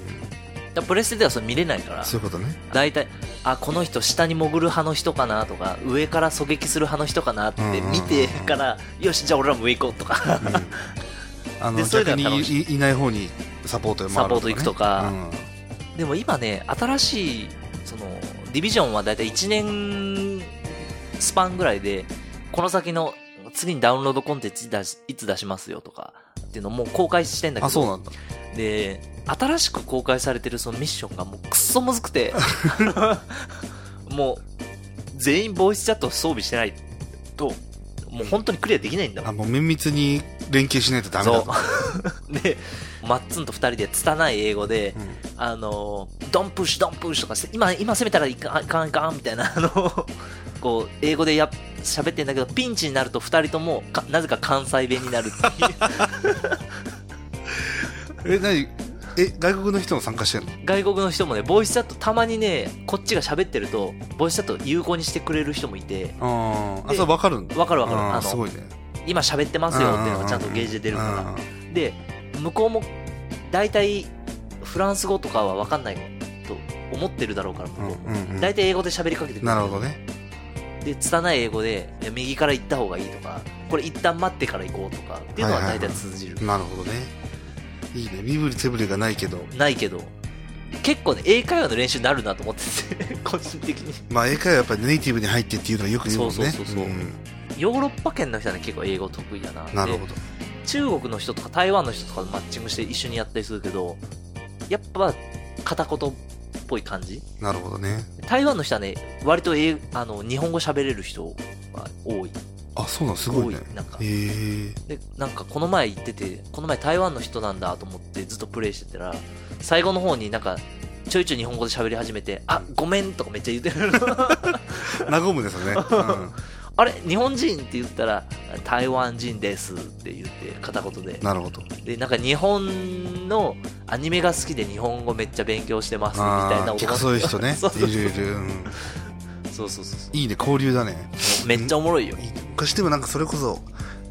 [SPEAKER 2] だからプレステではそれ見れないから
[SPEAKER 1] そういうことね
[SPEAKER 2] 大体あこの人下に潜る派の人かなとか上から狙撃する派の人かなって見てから、よしじゃあ俺らも上行こうと か
[SPEAKER 1] あの
[SPEAKER 2] でそういうの
[SPEAKER 1] 逆
[SPEAKER 2] は
[SPEAKER 1] に
[SPEAKER 2] 楽し
[SPEAKER 1] いいない方にサポートへ回る
[SPEAKER 2] サポート行くとか
[SPEAKER 1] ね
[SPEAKER 2] でも今ね新しいそのディビジョンは大体1年スパンぐらいでこの先の次にダウンロードコンテンツ出しいつ出しますよとかっていうのもう公開してんだ
[SPEAKER 1] うん
[SPEAKER 2] けど
[SPEAKER 1] あそうなんだ
[SPEAKER 2] で新しく公開されてるそのミッションがもうくっそむず くてもう全員ボイスチャットを装備してないともう本当にクリアできないんだも
[SPEAKER 1] あ
[SPEAKER 2] ん
[SPEAKER 1] もう綿密に連携しないとダメだと
[SPEAKER 2] そう でマッツンと2人で拙い英語で
[SPEAKER 1] うん
[SPEAKER 2] 「あのドンプッシュドンプッシュ」とかして今今攻めたらいかんいかんいかんみたいなあのこう英語でや喋ってんだけどピンチになると2人ともかなぜか関西弁になるっていう
[SPEAKER 1] え何え外国の人も参加してんの
[SPEAKER 2] 外国の人もねボイスチャットたまにねこっちが喋ってるとボイスチャット有効にしてくれる人もいて
[SPEAKER 1] あーあ
[SPEAKER 2] で
[SPEAKER 1] そう分かるんだ
[SPEAKER 2] わかるわかる
[SPEAKER 1] あー
[SPEAKER 2] あ
[SPEAKER 1] す
[SPEAKER 2] の
[SPEAKER 1] ごいね
[SPEAKER 2] 今喋ってますよっていうのがちゃんとゲージで出る
[SPEAKER 1] うん
[SPEAKER 2] か
[SPEAKER 1] うんうん
[SPEAKER 2] らで向こうも大体フランス語とかは分かんないと思ってるだろうから向こう
[SPEAKER 1] うんうんう
[SPEAKER 2] も
[SPEAKER 1] ん
[SPEAKER 2] 大体英語で喋りかけてくる
[SPEAKER 1] なるほどね
[SPEAKER 2] で拙い英語でいや右から行った方がいいとかこれ一旦待ってから行こうとかっていうのは大体通じる
[SPEAKER 1] なるほどねいいね身振り手振りがないけど
[SPEAKER 2] ないけど結構ね英会話の練習になるなと思ってて 個人的に
[SPEAKER 1] まあ英会話やっぱりネイティブに入ってっていうのはよく言うもんね
[SPEAKER 2] そうそうそうそうんヨーロッパ圏の人はね結構英語得意だな
[SPEAKER 1] なる
[SPEAKER 2] で
[SPEAKER 1] ほど
[SPEAKER 2] 中国の人とか台湾の人とかとマッチングして一緒にやったりするけどやっぱ片言っぽい感じ
[SPEAKER 1] なるほどね
[SPEAKER 2] 台湾の人はね割と英あの日本語喋れる人が多い
[SPEAKER 1] あそうなんすごいね
[SPEAKER 2] 多いなんか
[SPEAKER 1] へえ
[SPEAKER 2] でなんかこの前行っててこの前台湾の人なんだと思ってずっとプレイしてたら最後の方になんかちょいちょい日本語で喋り始めて「あごめん」とかめっちゃ言ってる
[SPEAKER 1] 和むですよね、うん
[SPEAKER 2] あれ日本人って言ったら「台湾人です」って言って片言で
[SPEAKER 1] なるほど
[SPEAKER 2] でなんか日本のアニメが好きで日本語めっちゃ勉強してますみたい
[SPEAKER 1] あ
[SPEAKER 2] な
[SPEAKER 1] あ結構そういう人ね
[SPEAKER 2] そうそう
[SPEAKER 1] いるいる、うん
[SPEAKER 2] そうそうそうそ
[SPEAKER 1] いいね交流だね
[SPEAKER 2] うめっちゃおもろいよ
[SPEAKER 1] いいね昔でもなんかそれこそ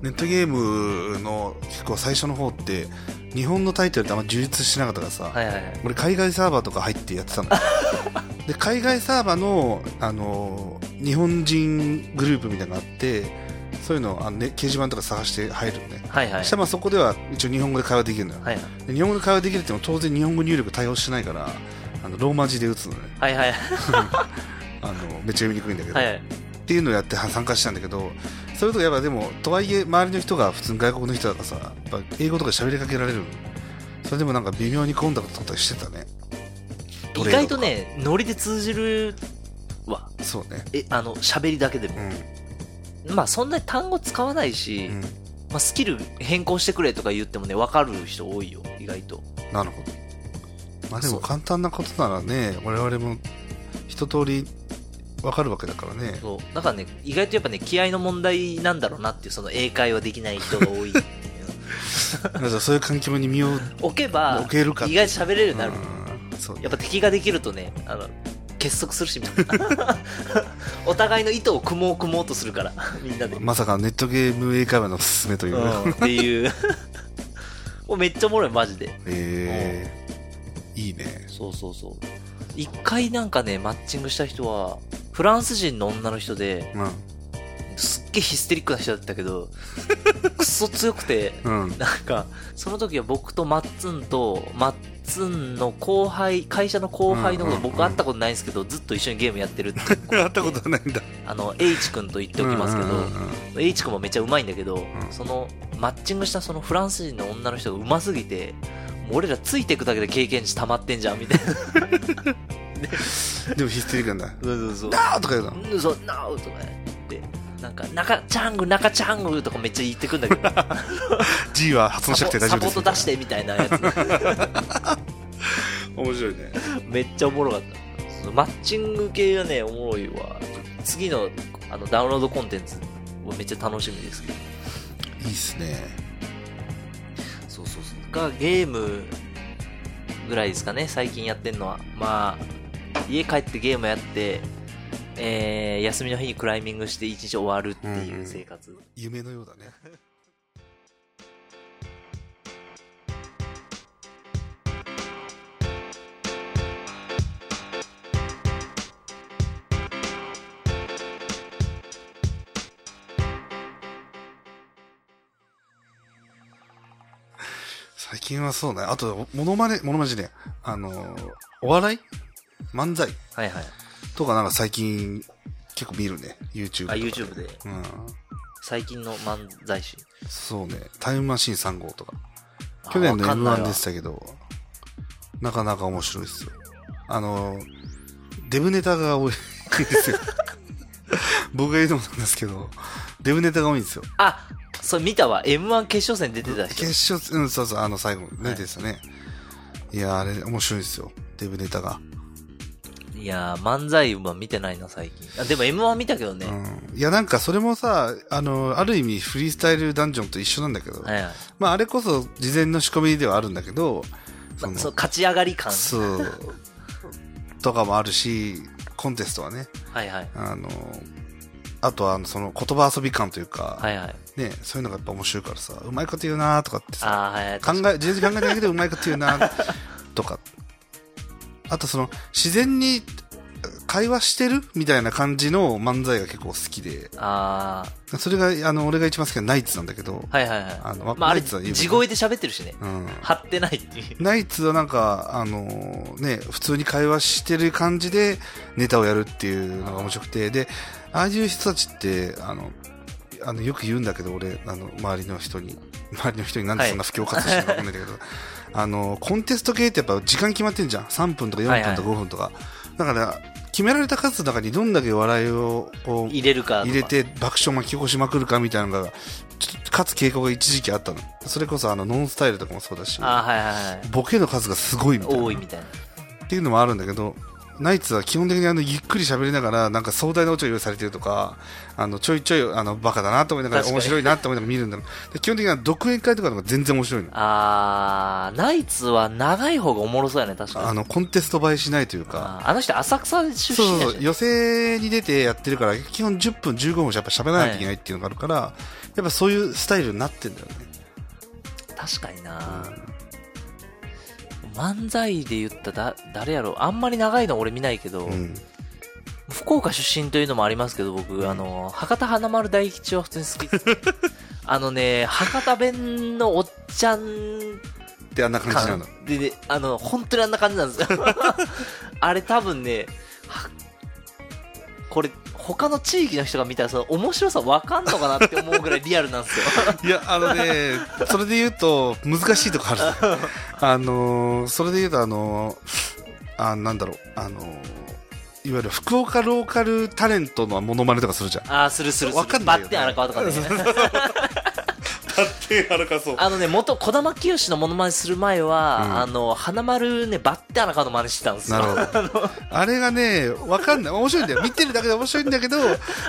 [SPEAKER 1] ネットゲームの結構最初の方って日本のタイトルってあんま充実してなかったからさ、
[SPEAKER 2] はいはいはい
[SPEAKER 1] 俺海外サーバーとか入ってやっ てたので海外サーバーの、あのー日本人グループみたいなのがあってそういうのをあの、ね、掲示板とか探して入るのね、
[SPEAKER 2] はいはい
[SPEAKER 1] そしたらまあそこでは一応日本語で会話できるのよ、
[SPEAKER 2] はい
[SPEAKER 1] で日本語で会話できるっても当然日本語入力対応してないからあのローマ字で打つのね
[SPEAKER 2] はいはい
[SPEAKER 1] あのめっちゃ読みにくいんだけど、
[SPEAKER 2] はい
[SPEAKER 1] っていうのをやっては参加したんだけどそれとかやっぱでもとはいえ周りの人が普通に外国の人だからさやっぱ英語とか喋りかけられるそれでもなんか微妙にコンタクト取ったりしてたね
[SPEAKER 2] 意
[SPEAKER 1] トレード
[SPEAKER 2] 外とねノリで通じるわ
[SPEAKER 1] そうね
[SPEAKER 2] えあの喋りだけでも
[SPEAKER 1] う、ん
[SPEAKER 2] まあそんなに単語使わないし、
[SPEAKER 1] うん
[SPEAKER 2] まあ、スキル変更してくれとか言ってもね分かる人多いよ意外と
[SPEAKER 1] なるほどまあで
[SPEAKER 2] そ
[SPEAKER 1] も
[SPEAKER 2] う
[SPEAKER 1] 簡単なことならね我々も一通りわかるわけだからね。
[SPEAKER 2] そうだからね意外とやっぱね気合の問題なんだろうなっていうその英会話できない人が多いっ ていう
[SPEAKER 1] だからそういう環境に身を、
[SPEAKER 2] 置けば
[SPEAKER 1] 置けるかって
[SPEAKER 2] 意外と喋れるようになる、
[SPEAKER 1] うんそう
[SPEAKER 2] やっぱ敵ができるとねあの結束するしみんな お互いの意図を組もう組もうとするから みんなで、
[SPEAKER 1] まさかネットゲーム英会話のおすすめというう。
[SPEAKER 2] ん、っていう もうめっちゃおもろいマジで
[SPEAKER 1] ええいいね。
[SPEAKER 2] そうそうそう一回なんかねマッチングした人はフランス人の女の人で
[SPEAKER 1] うん。
[SPEAKER 2] すっげえヒステリックな人だったけ どクソ強くて
[SPEAKER 1] うん。
[SPEAKER 2] なんか、その時は僕とマッツンと、マッツンの後輩、会社の後輩の
[SPEAKER 1] うん
[SPEAKER 2] こ
[SPEAKER 1] うん
[SPEAKER 2] と、
[SPEAKER 1] うん
[SPEAKER 2] 僕会ったことないんですけど、ずっと一緒にゲーム やってるって、
[SPEAKER 1] 会ったことはないんだ。
[SPEAKER 2] あの、H 君と言っておきますけ
[SPEAKER 1] うんうん
[SPEAKER 2] ど、
[SPEAKER 1] うん
[SPEAKER 2] H 君もめっちゃうまいんだけど、
[SPEAKER 1] ん
[SPEAKER 2] その、マッチングしたそのフランス人の女の人がうますぎて、もう俺らついていくだけで経験値溜まってんじゃん、みたいな。
[SPEAKER 1] うんでもヒステリックなんだ。
[SPEAKER 2] そうそうそう。
[SPEAKER 1] あーとか言うの。
[SPEAKER 2] うん、そう、なおとか言って、なんか、中、チャング、中チャングとかめっちゃ言ってくんだけど、
[SPEAKER 1] G は発音しなくて大丈
[SPEAKER 2] サ
[SPEAKER 1] 夫で
[SPEAKER 2] ポ
[SPEAKER 1] す。
[SPEAKER 2] ート出してみたいなやつ。
[SPEAKER 1] 面白いね。
[SPEAKER 2] めっちゃおもろかったそのマッチング系がねおもろいわ次のあのダウンロードコンテンツはめっちゃ楽しみですけど
[SPEAKER 1] いいっすね。
[SPEAKER 2] そうそうそうがゲームぐらいですかね最近やってんのはまあ家帰ってゲームやってえー、休みの日にクライミングして一日終わるっていう生活、
[SPEAKER 1] 夢のようだね。最近はそうね。あと、モノマネ、モノマネじゃねえあのー、お笑い漫才
[SPEAKER 2] はいはい
[SPEAKER 1] とかなんか最近結構見るね。YouTube とか。
[SPEAKER 2] あ YouTube で
[SPEAKER 1] うん。
[SPEAKER 2] 最近の漫才師
[SPEAKER 1] そうね。タイムマシーン3号とか。
[SPEAKER 2] あ
[SPEAKER 1] 去年の
[SPEAKER 2] わかんない
[SPEAKER 1] M1
[SPEAKER 2] わ
[SPEAKER 1] でしたけど、なかなか面白いですよ。あの、デブネタが多いです よ。僕が言うのもなんですけど、デブネタが多いんですよ。
[SPEAKER 2] あそれ見たわ M1 決勝戦出てた人
[SPEAKER 1] 決勝、うん、そうそう、あの最後
[SPEAKER 2] は
[SPEAKER 1] ね、
[SPEAKER 2] い
[SPEAKER 1] でしたね。いやー、あれ面白いですよ。デブネタが。
[SPEAKER 2] いやー、漫才は見てないな、最近。あでも M1 見たけどね。
[SPEAKER 1] うん。いや、なんかそれもさ、あの、ある意味フリースタイルダンジョンと一緒なんだけど、
[SPEAKER 2] はいはい。
[SPEAKER 1] まああれこそ事前の仕込みではあるんだけど、そ
[SPEAKER 2] ま
[SPEAKER 1] の
[SPEAKER 2] あ、そう、勝ち上がり感。
[SPEAKER 1] そう。とかもあるし、コンテストはね。
[SPEAKER 2] はいはい。
[SPEAKER 1] あの、あとは、あのその言葉遊び感というか、
[SPEAKER 2] はいはい。
[SPEAKER 1] ね、そういうのがやっぱ面白いからさ、うまいこと言うなとかってさ、
[SPEAKER 2] あーはいはい。
[SPEAKER 1] 考え、自分で考えただけでうまいこと言うなとか、あとその、自然に会話してるみたいな感じの漫才が結構好きで、
[SPEAKER 2] あ
[SPEAKER 1] それが、あの、俺が一番好きなナイツなんだけど、
[SPEAKER 2] ーはいはいはい。
[SPEAKER 1] あの
[SPEAKER 2] まあ、あれ、
[SPEAKER 1] ナイツは有名ね
[SPEAKER 2] 地声で喋ってるしね。
[SPEAKER 1] うん。
[SPEAKER 2] 張ってないっていう。
[SPEAKER 1] ナイツはなんか、あのね、普通に会話してる感じでネタをやるっていうのが面白くて、で、ああいう人たちって、あの、あのよく言うんだけど、俺、あの、周りの人に、周りの人になんでそんな不況活動してるのかわかんないんだ けど、あの、コンテスト系ってやっぱ時間決まってんじゃん。3分とか4分とか5分とか。だから、決められた数の中にどんだけ笑いをこう
[SPEAKER 2] 入れるかとか。
[SPEAKER 1] 入れ。て爆笑巻き起こしまくるかみたいなのが、ちょっと勝つ傾向が一時期あったの。それこそあの、ノンスタイルとかもそうだし。
[SPEAKER 2] あーはいはいはい。
[SPEAKER 1] ボケの数がすごいみたいな
[SPEAKER 2] 多い
[SPEAKER 1] っ
[SPEAKER 2] みたいな。
[SPEAKER 1] ていうのもあるんだけどナイツは基本的にあのゆっくり喋りながらなんか壮大なオチを用意されてるとかあのちょいちょいあのバカだなと思いながら
[SPEAKER 2] 確かに
[SPEAKER 1] 面白いなと思いながら見るんだけどで基本的には独演会とかの方が全然面白いの
[SPEAKER 2] あー、ナイツは長い方がおもろそうやね、確かに。
[SPEAKER 1] あのコンテスト映えしないというか
[SPEAKER 2] あーあの人、浅草で出
[SPEAKER 1] そうそ
[SPEAKER 2] 身だ
[SPEAKER 1] う
[SPEAKER 2] し
[SPEAKER 1] そう
[SPEAKER 2] ね。
[SPEAKER 1] 予選に出てやってるから基本10分15分しかやっぱ喋らないといけないっていうのがあるから、やっぱそういうスタイルになってんだよね
[SPEAKER 2] 確かにな漫才で言っただ、誰やろうあんまり長いの俺見ないけど。
[SPEAKER 1] うん
[SPEAKER 2] 福岡出身というのもありますけど、僕、あの、博多華丸大吉は普通に好 きですね。あのね、博多弁のおっちゃん
[SPEAKER 1] であんな感じなの
[SPEAKER 2] 感で、ね、あの、本当にあんな感じなんです よ。あれ多分ね、はこれ、他の地域の人が見たら、その面白さわかんのかなって思うぐらいリアルなんですよ。
[SPEAKER 1] いや、あのね、それで言うと、難しいとこある、ね。あのー、それで言うと、あのー、あ、なんだろう、あのー、いわゆる福岡ローカルタレントのモノマネとかするじゃん。
[SPEAKER 2] ああ、するするする。
[SPEAKER 1] わかんないよね
[SPEAKER 2] バッテン荒川とかね。
[SPEAKER 1] そうそうそうバッ荒かそう。
[SPEAKER 2] あのね、元、児玉清のモノマネする前は、
[SPEAKER 1] うん
[SPEAKER 2] あの、花丸ね、バッて荒川の真似してたんですよ。
[SPEAKER 1] なるほど。あれがね、わかんない。面白いんだよ。見てるだけで面白いんだけど、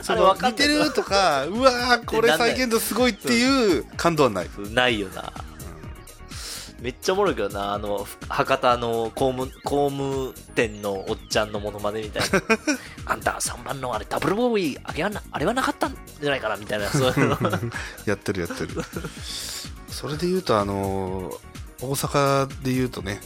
[SPEAKER 1] そ
[SPEAKER 2] あれ
[SPEAKER 1] の
[SPEAKER 2] わ、かん
[SPEAKER 1] 見
[SPEAKER 2] ない
[SPEAKER 1] てるとか、うわー、これ再現度すごいっていう感動はない。
[SPEAKER 2] ないよな。めっちゃおもろいけどな、あの、ふ博多の工務、工務店のおっちゃんのモノマネみたい な。あんた、3番のあれ、ダブルボーイ、あれはな、あれはなかったんじゃないかな、みたいな、そういう の。
[SPEAKER 1] やってるやってる。それで言うと、あのー、大阪で言うとね、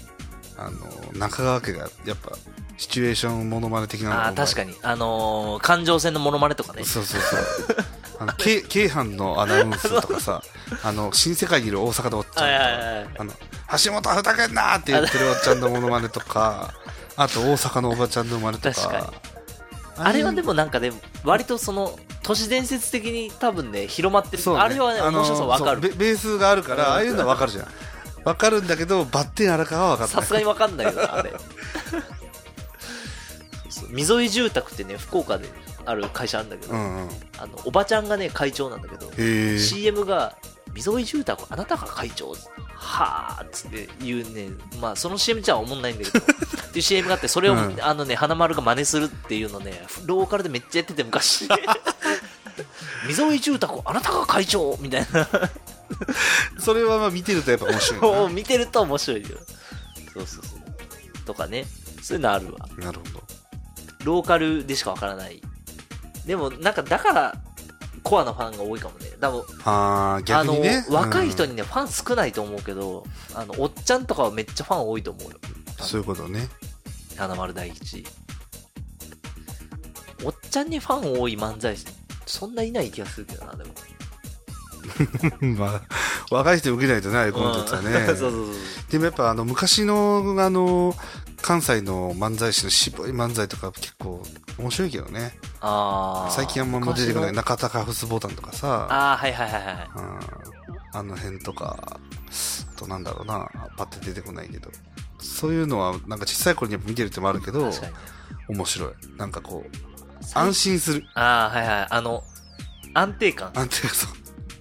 [SPEAKER 1] あのー、中川家が、やっぱ、シチュエーションモノマネ的なのが
[SPEAKER 2] ああ、
[SPEAKER 1] うまい
[SPEAKER 2] 確かに。あのー環状線のモノマネとかね。
[SPEAKER 1] そうそうそう。あの、 京京阪のアナウンスとかさ、あの、新世界にいる大阪のおっちゃんと
[SPEAKER 2] はいはいはいはい
[SPEAKER 1] か、あの、橋本ふざけんなーって言ってるおっちゃんのモノマネとか、あと大阪のおばちゃんの生まれとか。
[SPEAKER 2] 確かあれはでもなんかね、割とその、都市伝説的に多分ね、広まってる。
[SPEAKER 1] そうね、
[SPEAKER 2] あれはね、
[SPEAKER 1] あの
[SPEAKER 2] 面白さわか
[SPEAKER 1] そう
[SPEAKER 2] る。
[SPEAKER 1] ベベースがあるから、ああいうのはわかるじゃん。わかるんだけど、バッテン荒川はわかんな
[SPEAKER 2] さ
[SPEAKER 1] い
[SPEAKER 2] す。がにわかんないよな、 あれ。そう溝井住宅ってね、福岡である会社あるんだけど、
[SPEAKER 1] うんうん。へ
[SPEAKER 2] あのおばちゃんがね、会長なんだけど、
[SPEAKER 1] え。
[SPEAKER 2] CM が、溝井住宅、あなたが会長はあっつって言うね、まあ、その CM じゃおもんないんだけど、っていう CM があって、それを、
[SPEAKER 1] うん
[SPEAKER 2] あのね、花丸が真似するっていうのね、ローカルでめっちゃやって て、昔。溝井住宅、あなたが会長みたいな
[SPEAKER 1] それはまあ見てるとやっぱ面白い
[SPEAKER 2] の
[SPEAKER 1] な
[SPEAKER 2] を。見てると面白いよ。そうそうそう。とかね、そういうのあるわ。
[SPEAKER 1] なるほど。
[SPEAKER 2] ローカルでしかわからないでもなんかだからコアなファンが多いかもね多分
[SPEAKER 1] あー、
[SPEAKER 2] あ
[SPEAKER 1] 逆
[SPEAKER 2] の
[SPEAKER 1] にね。
[SPEAKER 2] 若い人
[SPEAKER 1] うん
[SPEAKER 2] にね、ファン少ないと思うけどあのおっちゃんとかはめっちゃファン多いと思うよ
[SPEAKER 1] そういうこと ね。
[SPEAKER 2] 花丸大吉おっちゃんにファン多い漫才師そんないない気がするけどなでも
[SPEAKER 1] まあ、若い人受けないとね、ああいうコンテンツはね。
[SPEAKER 2] うん そうそうそう
[SPEAKER 1] でもやっぱあの昔のあの関西の漫才師の渋い漫才とか結構面白いけどね
[SPEAKER 2] ああ
[SPEAKER 1] 最近あんまもう出てこない
[SPEAKER 2] な
[SPEAKER 1] 中田カフスボタンとかさ
[SPEAKER 2] ああはいはいはいはい
[SPEAKER 1] うんあの辺とかあとなんだろうなパッて出てこないけどそういうのはなんか小さい頃にやっぱ見てるってもあるけど
[SPEAKER 2] 確かにね
[SPEAKER 1] 面白いなんかこう安心する
[SPEAKER 2] ああはいはいあの安定感
[SPEAKER 1] なんていうかそう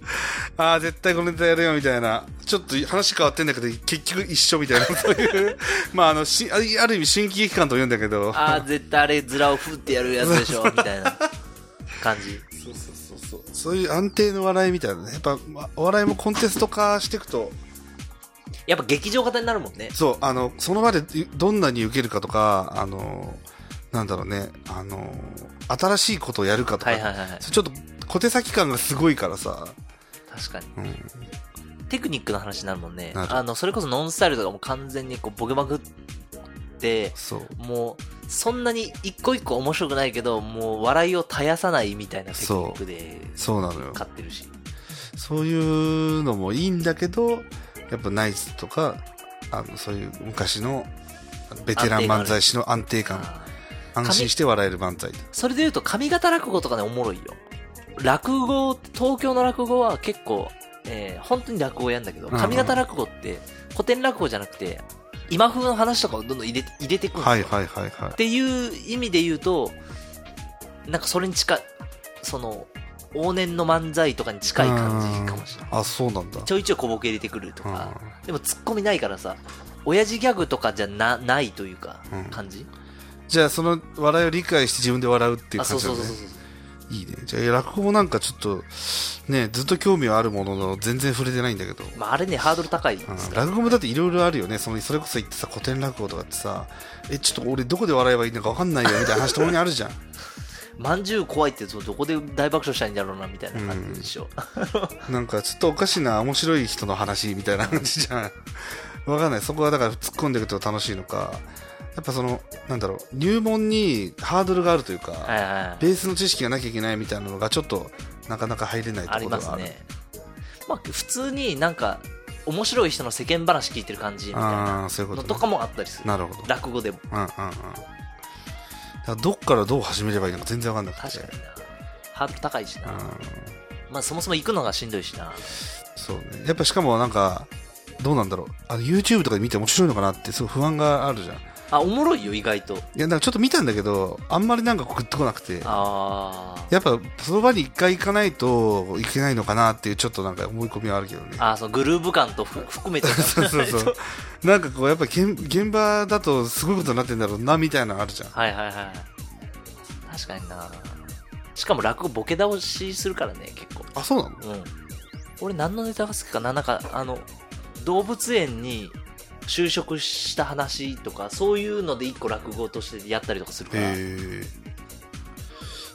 [SPEAKER 1] ああ絶対このネタやるよみたいなちょっと話変わってんだけど結局一緒み たいなそういうまああのしあある意味新喜劇感と言うんだけど
[SPEAKER 2] ああ絶対あれズラを振ってやるやつで しょみたいな感じ
[SPEAKER 1] そうそうそうそうそういう安定の笑いみたいなねやっぱまお笑いもコンテスト化していくと
[SPEAKER 2] やっぱ劇場型になるもんね
[SPEAKER 1] そうあのその場でどんなに受けるかとかあのなんだろうねあの新しいことをやるかとか、
[SPEAKER 2] はいはいはいはい
[SPEAKER 1] それちょっと小手先感がすごいからさ、
[SPEAKER 2] 確かに
[SPEAKER 1] うん、
[SPEAKER 2] テクニックの話になるもんね
[SPEAKER 1] なる
[SPEAKER 2] あのそれこそノンスタイルとかも完全にこうボケまくって
[SPEAKER 1] そう
[SPEAKER 2] もうそんなに一個一個面白くないけどもう笑いを絶やさないみたいなテクニックで
[SPEAKER 1] そうなのよ
[SPEAKER 2] 勝ってるし
[SPEAKER 1] そういうのもいいんだけどやっぱナイツとかあのそういう昔のベテラン漫才師の安定感
[SPEAKER 2] あー
[SPEAKER 1] 安心して笑える漫才
[SPEAKER 2] それでいうと上方落語とかねおもろいよ落語東京の落語は結構、えー本当に落語やんだけど
[SPEAKER 1] うんうん
[SPEAKER 2] 上方落語って古典落語じゃなくて今風の話とかをどんどん入れて入れていくんですよ
[SPEAKER 1] はいはいはいはい
[SPEAKER 2] っていう意味で言うとなんかそれに近いその往年の漫才とかに近い感じかもしれない
[SPEAKER 1] あそうなんだ
[SPEAKER 2] ちょいちょい小ボケ入れてくるとか
[SPEAKER 1] うん
[SPEAKER 2] でもツッコミないからさ親父ギャグとかじゃなないというか
[SPEAKER 1] うん
[SPEAKER 2] 感じ、
[SPEAKER 1] じゃあその笑いを理解して自分で笑うっていう
[SPEAKER 2] あそ
[SPEAKER 1] 感
[SPEAKER 2] う
[SPEAKER 1] じな
[SPEAKER 2] そ
[SPEAKER 1] の
[SPEAKER 2] うそう
[SPEAKER 1] ね
[SPEAKER 2] そう
[SPEAKER 1] いいねじゃあ落語もなんかちょっとねずっと興味はあるものの全然触れてないんだけど、
[SPEAKER 2] まあ、あれねハードル高いで
[SPEAKER 1] うん
[SPEAKER 2] すから
[SPEAKER 1] 落語もだっていろいろあるよねそのそれこそ言ってさ古典落語とかってさえちょっと俺どこで笑えばいいのか分かんないよみたいな話ともにあるじゃん
[SPEAKER 2] まんじゅう怖いってどこで大爆笑したいんだろうなみたいな感じでしょ、
[SPEAKER 1] なんかちょっとおかしな面白い人の話みたいな感じじゃん 分かんないそこはだから突っ込んでいくと楽しいのかやっぱそのなんだろう入門にハードルがあるというか、
[SPEAKER 2] はいはいはい
[SPEAKER 1] ベースの知識がなきゃいけないみたいなのがちょっとなかなか入れないと
[SPEAKER 2] あ
[SPEAKER 1] こ
[SPEAKER 2] り
[SPEAKER 1] ろ
[SPEAKER 2] ます
[SPEAKER 1] がある
[SPEAKER 2] ねまあ普通になんか面白い人の世間話聞いてる感じみたいな
[SPEAKER 1] ああそういうこ
[SPEAKER 2] の
[SPEAKER 1] と,、
[SPEAKER 2] と
[SPEAKER 1] ね、
[SPEAKER 2] かもあったりする
[SPEAKER 1] なるほど
[SPEAKER 2] 落語でも
[SPEAKER 1] うんうんうんだからどっからどう始めればいいのか全然わかんなくて
[SPEAKER 2] 確かになハードル高いしな、
[SPEAKER 1] うん
[SPEAKER 2] まあそもそも行くのがしんどいしな
[SPEAKER 1] そうねやっぱしかもなんかどうなんだろうあの YouTube とかで見て面白いのかなってすごい不安があるじゃん
[SPEAKER 2] あ、おもろいよ、意外と。
[SPEAKER 1] いや、なんかちょっと見たんだけど、あんまりなんかグッとこなくて、
[SPEAKER 2] あー
[SPEAKER 1] やっぱその場に一回行かないといけないのかなっていう、ちょっとなんか思い込みはあるけどね。
[SPEAKER 2] あー、そのグルーヴ感とふ含めて
[SPEAKER 1] そうそうそう。なんかこう、やっぱ現現場だとすごいことになってんだろうな、みたいなのあるじゃん。
[SPEAKER 2] はいはいはい。確かにな。しかも落語ボケ倒しするからね、結構。
[SPEAKER 1] あ、そうなの
[SPEAKER 2] うん。俺何のネタが好きかな、なんか、あの、動物園に就職した話とか、そういうので一個落語としてやったりとかするから。
[SPEAKER 1] へえ。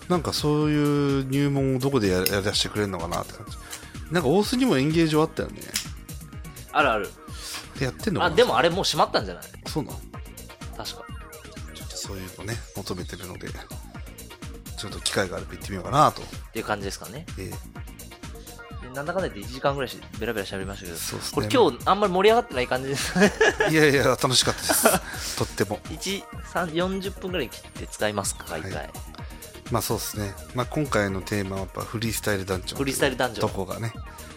[SPEAKER 1] なんかそういう入門をどこでややらせてくれるのかなって感じ。なんか大須にも演芸場あったよね。
[SPEAKER 2] あるある。
[SPEAKER 1] やってんのか
[SPEAKER 2] あ、
[SPEAKER 1] な
[SPEAKER 2] でもあれもう閉まったんじゃない
[SPEAKER 1] そうなの
[SPEAKER 2] 確か。
[SPEAKER 1] ちょっとそういうのね、求めてるので、ちょっと機会があれば行ってみようかなと。
[SPEAKER 2] っていう感じですかね。
[SPEAKER 1] ええ
[SPEAKER 2] でなんだかんだ言って1時間ぐらいしベラベラ喋りましたけど、
[SPEAKER 1] そうっすね
[SPEAKER 2] これ今日あんまり盛り上がってない感じですね。
[SPEAKER 1] いやいや、楽しかったです。とっても。
[SPEAKER 2] 1、3、40分ぐらい切って使いますか、一回。
[SPEAKER 1] はまあそうですね。まあ今回のテーマはやっぱフリースタイルダンジョン。
[SPEAKER 2] フリースタイルダンジョン
[SPEAKER 1] とこがね。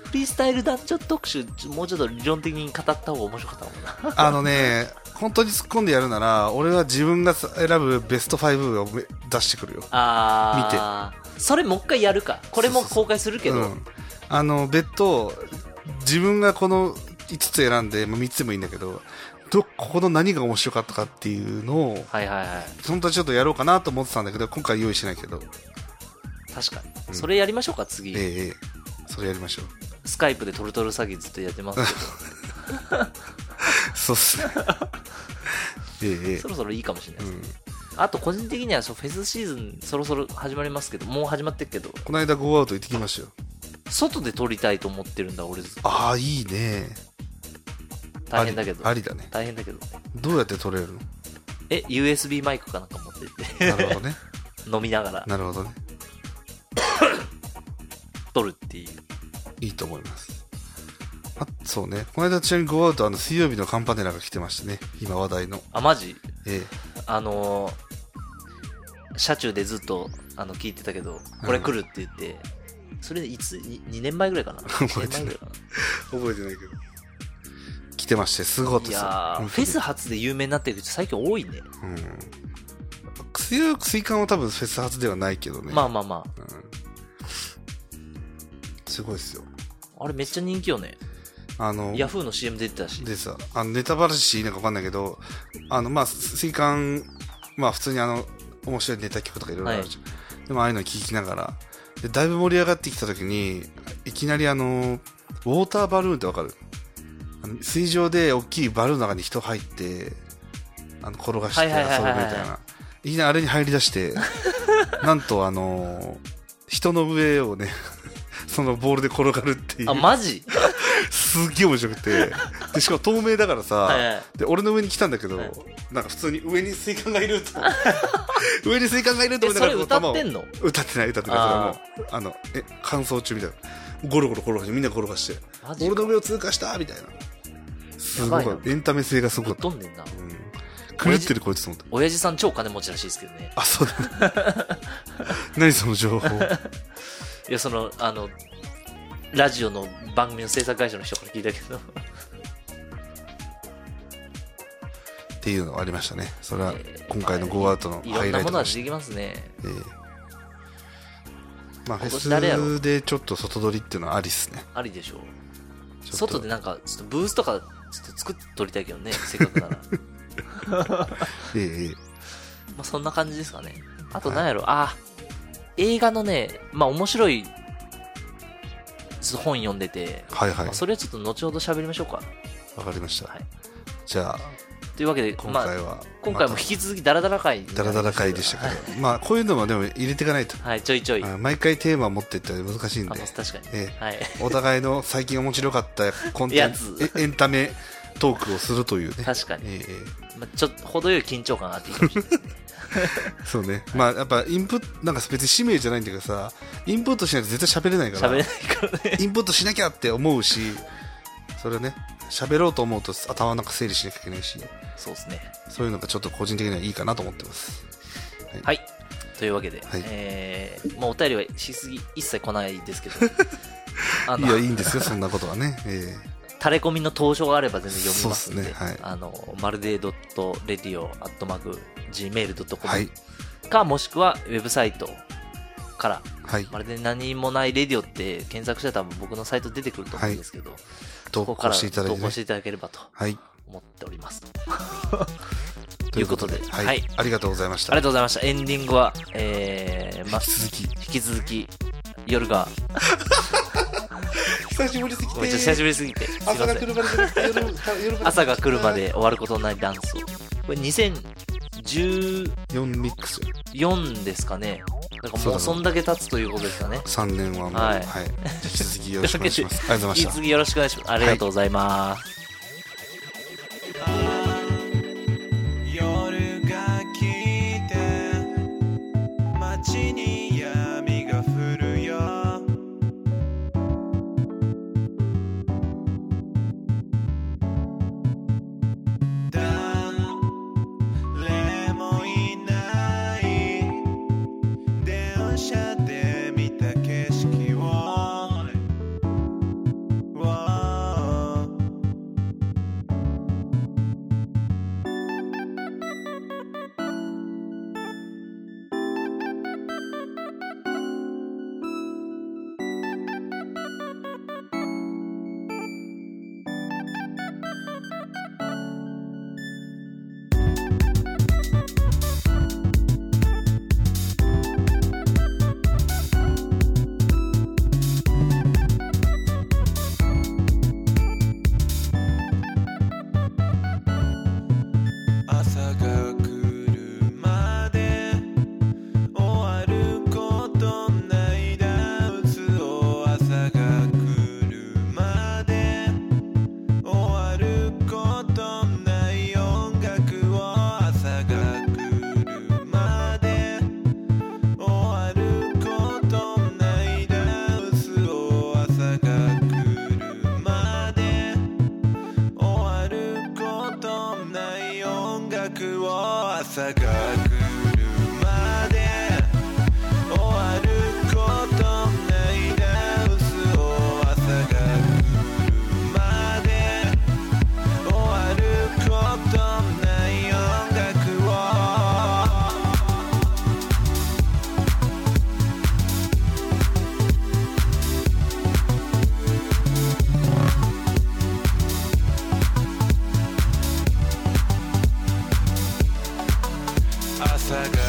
[SPEAKER 2] フリースタイルダンジョン特集、ちょもうちょっと理論的に語った方が面白かったもんな。
[SPEAKER 1] あのね、本当に突っ込んでやるなら、俺は自分が選ぶベスト5をめ出してくるよ。
[SPEAKER 2] あーそれもう一回やるかこれも
[SPEAKER 1] そうそうそう
[SPEAKER 2] 公開するけど
[SPEAKER 1] うん、あの別途自分がこの5つ選んで、まあ、3つでもいいんだけどどここの何が面白かったかっていうのを
[SPEAKER 2] はいはいは
[SPEAKER 1] 本当はちょっとやろうかなと思ってたんだけど今回用意してないけど、
[SPEAKER 2] い確かに、
[SPEAKER 1] うん
[SPEAKER 2] それやりましょうか次、
[SPEAKER 1] ええええそれやりましょう
[SPEAKER 2] スカイプでトルトル詐欺ずっとやってます け
[SPEAKER 1] そうっ すねえええ
[SPEAKER 2] どそろそろいいかもしれな
[SPEAKER 1] え
[SPEAKER 2] い、
[SPEAKER 1] う
[SPEAKER 2] です
[SPEAKER 1] ん、
[SPEAKER 2] あと個人的にはそうフェスシーズンそろそろ始まりますけどもう始まってるけど
[SPEAKER 1] この間ゴーアウト行ってきましたよ
[SPEAKER 2] 外で撮りたいと思ってるんだ俺ずっと
[SPEAKER 1] ああいいね
[SPEAKER 2] 大変だけど
[SPEAKER 1] ありありだね
[SPEAKER 2] 大変だけど
[SPEAKER 1] どうやって撮れるの
[SPEAKER 2] え USB マイクかなんか持ってって
[SPEAKER 1] なるほどね
[SPEAKER 2] 飲みながら
[SPEAKER 1] なるほどね
[SPEAKER 2] 撮るっていう
[SPEAKER 1] いいと思いますあそうねこの間ちなみにゴーアウトあの水曜日のカンパネラが来てましたね今話題の
[SPEAKER 2] あマジ
[SPEAKER 1] ええ
[SPEAKER 2] あのー車中でずっとあの聞いてたけど、これ来るって言って、それいつ、に2年前ぐらいかな
[SPEAKER 1] 覚えてない
[SPEAKER 2] 2年前ぐらいか
[SPEAKER 1] 覚えてないけど来てましてすごかったです
[SPEAKER 2] ない
[SPEAKER 1] よ
[SPEAKER 2] やー、
[SPEAKER 1] 本
[SPEAKER 2] フ
[SPEAKER 1] 当
[SPEAKER 2] ェ
[SPEAKER 1] に
[SPEAKER 2] ス発で有名になってる人最近多いね。
[SPEAKER 1] うん強く水管は多分フェス発ではないけどね
[SPEAKER 2] まあまあま
[SPEAKER 1] うんすごいですよ
[SPEAKER 2] あ。あれめっちゃ人気よね。
[SPEAKER 1] あの
[SPEAKER 2] ヤフーの CM 出てたし。
[SPEAKER 1] でさあのネタバラシなんか分かんないけどあのまあ水管まあ普通にあの面白いネタ聞くとかいろいろあるじゃん、でもああいうの聞きながらでだいぶ盛り上がってきた時にいきなりあのウォーターバルーンってわかるあの水上で大きいバルーンの中に人入ってあの転がして
[SPEAKER 2] は
[SPEAKER 1] 遊
[SPEAKER 2] い
[SPEAKER 1] ぶみ
[SPEAKER 2] はい
[SPEAKER 1] たい
[SPEAKER 2] はいはいはい
[SPEAKER 1] ないきなりあれに入り出してなんとあの人の上をね そのボールで転がるっていう
[SPEAKER 2] あ、マジ
[SPEAKER 1] すっげえ面白くてでしかも透明だからさ、
[SPEAKER 2] はいはい
[SPEAKER 1] で俺の上に来たんだけど、
[SPEAKER 2] はい
[SPEAKER 1] なんか普通に上に水管がいると 上に水管がいると
[SPEAKER 2] え、
[SPEAKER 1] 思いな
[SPEAKER 2] そ
[SPEAKER 1] が
[SPEAKER 2] れ
[SPEAKER 1] ら
[SPEAKER 2] 歌
[SPEAKER 1] の
[SPEAKER 2] って
[SPEAKER 1] 球を
[SPEAKER 2] んの
[SPEAKER 1] 歌ってない歌ってないそれはもうあのえ乾燥中みたいなゴロゴロ転がしてみんな転がして
[SPEAKER 2] マジ
[SPEAKER 1] 俺
[SPEAKER 2] か
[SPEAKER 1] の上を通過したみたいなすご
[SPEAKER 2] ば
[SPEAKER 1] い
[SPEAKER 2] いな
[SPEAKER 1] エンタメ性がすごかった、
[SPEAKER 2] ぶっ飛んでんな。
[SPEAKER 1] うん、狂ってるこいつと思って
[SPEAKER 2] 親父さん超金持ちらしいですけどね。
[SPEAKER 1] あそうだ、ね、 何その情報
[SPEAKER 2] いや、その、あの、ラジオの番組の制作会社の人から聞いたけど。
[SPEAKER 1] っていうのがありましたねそれは
[SPEAKER 2] えー
[SPEAKER 1] 今回のゴーアウトの
[SPEAKER 2] いろ
[SPEAKER 1] ハ
[SPEAKER 2] ん
[SPEAKER 1] イ
[SPEAKER 2] な
[SPEAKER 1] ライ
[SPEAKER 2] も
[SPEAKER 1] ト
[SPEAKER 2] のは
[SPEAKER 1] で
[SPEAKER 2] 出
[SPEAKER 1] した
[SPEAKER 2] てきますね。
[SPEAKER 1] ええまあフェ
[SPEAKER 2] 今年誰やろ
[SPEAKER 1] スでちょっと外取りっていうのはありっすね
[SPEAKER 2] ありでしょう。
[SPEAKER 1] ちょっと
[SPEAKER 2] 外でなんか、ちょっとブースとか、ちょっと作って撮りたいけどね、せっかくなら。ま
[SPEAKER 1] ええええ
[SPEAKER 2] あそんな感じですかね。あと何やろ、あ、映画のね、まあ面白い本読んでて、
[SPEAKER 1] はいはい
[SPEAKER 2] まあそれはちょっと後ほど喋りましょうか。
[SPEAKER 1] わかりました、
[SPEAKER 2] はい
[SPEAKER 1] じゃあ
[SPEAKER 2] というわけで、
[SPEAKER 1] 今
[SPEAKER 2] ま
[SPEAKER 1] 回
[SPEAKER 2] あ、
[SPEAKER 1] は、
[SPEAKER 2] 今回も引き続きダラダラ会にな
[SPEAKER 1] ダ
[SPEAKER 2] りま
[SPEAKER 1] ラ
[SPEAKER 2] す
[SPEAKER 1] ダラ会でしたけどまあこういうのもでも入れていかないと
[SPEAKER 2] はい、ちょいちょい。あ
[SPEAKER 1] あ毎回テーマ持ってって難しいん
[SPEAKER 2] の、
[SPEAKER 1] で
[SPEAKER 2] 確かに。
[SPEAKER 1] え
[SPEAKER 2] はい。
[SPEAKER 1] お互いの最近面白かったコンテ
[SPEAKER 2] や
[SPEAKER 1] ンツ
[SPEAKER 2] つ
[SPEAKER 1] えエンタメトークをするというね
[SPEAKER 2] 確かに。
[SPEAKER 1] えええ
[SPEAKER 2] まあ、ちょっと、程よい緊張感があって いいかもしれないですね。
[SPEAKER 1] えそうね、まあやっぱインプットなんか別に使命じゃないんだけどさインプットしないと絶対喋れないから
[SPEAKER 2] 喋れないからね。
[SPEAKER 1] インプットしなきゃって思うし、それをね、喋ろうと思うと頭の中整理しなきゃいけないし、
[SPEAKER 2] そうですね。
[SPEAKER 1] そういうのがちょっと個人的にはいいかなと思ってます。
[SPEAKER 2] はい。というわけで、
[SPEAKER 1] はい
[SPEAKER 2] えー、もうお便りはしすぎ一切来ないです けど、あ
[SPEAKER 1] い
[SPEAKER 2] の
[SPEAKER 1] や、いいんですよ、そんなことはね。え
[SPEAKER 2] タレコミの投書があれば全然読みますんで、
[SPEAKER 1] そうっすねはい
[SPEAKER 2] あの、まるでドッ radio.gmail.com、
[SPEAKER 1] はい。
[SPEAKER 2] か、もしくはウェブサイトから、
[SPEAKER 1] はい。
[SPEAKER 2] まるで何もないレディオって検索したら多分僕のサイト出てくると思うんですけど、
[SPEAKER 1] 投
[SPEAKER 2] ここか
[SPEAKER 1] 稿
[SPEAKER 2] ら
[SPEAKER 1] していただい
[SPEAKER 2] 投
[SPEAKER 1] て、
[SPEAKER 2] 稿
[SPEAKER 1] ね
[SPEAKER 2] して。いただければと
[SPEAKER 1] はい。
[SPEAKER 2] 思っております。ということで、
[SPEAKER 1] は、
[SPEAKER 2] はいい、
[SPEAKER 1] ありがとうございまし
[SPEAKER 2] あ
[SPEAKER 1] た。
[SPEAKER 2] りがとうございました。エンディングは、えー、ま、
[SPEAKER 1] 引き続
[SPEAKER 2] 引き続き、夜が、
[SPEAKER 1] き。久しぶりすぎ
[SPEAKER 2] めっちゃ久しぶりすぎて、すいませ
[SPEAKER 1] 朝が来
[SPEAKER 2] ん。
[SPEAKER 1] るまでじゃなくて夜が夜が
[SPEAKER 2] 朝が来るまで終わることのないダンスを。これ2014
[SPEAKER 1] 4ミックス
[SPEAKER 2] ですかね。だか
[SPEAKER 1] そ
[SPEAKER 2] ら
[SPEAKER 1] う
[SPEAKER 2] も
[SPEAKER 1] だ
[SPEAKER 2] う
[SPEAKER 1] ね
[SPEAKER 2] そんだけ経つということですかね。
[SPEAKER 1] 3年はもう、は
[SPEAKER 2] はいい
[SPEAKER 1] 引き続きよろしくお願いします。ありがとうござい
[SPEAKER 2] 引き
[SPEAKER 1] ました
[SPEAKER 2] 続。きよろし くお願いします。ありがとうございます。
[SPEAKER 4] 夜が来て街に闇が降るよ誰もいない電車で見た景色を Wow 朝が来るまで終わることないダンスを朝が来るまで終わることない音楽を朝が来るまで終わることないダンスを朝が来るまで終わることない音楽を朝が来るまで終わることないダンスを朝が来るまで終わることない音楽を朝が来る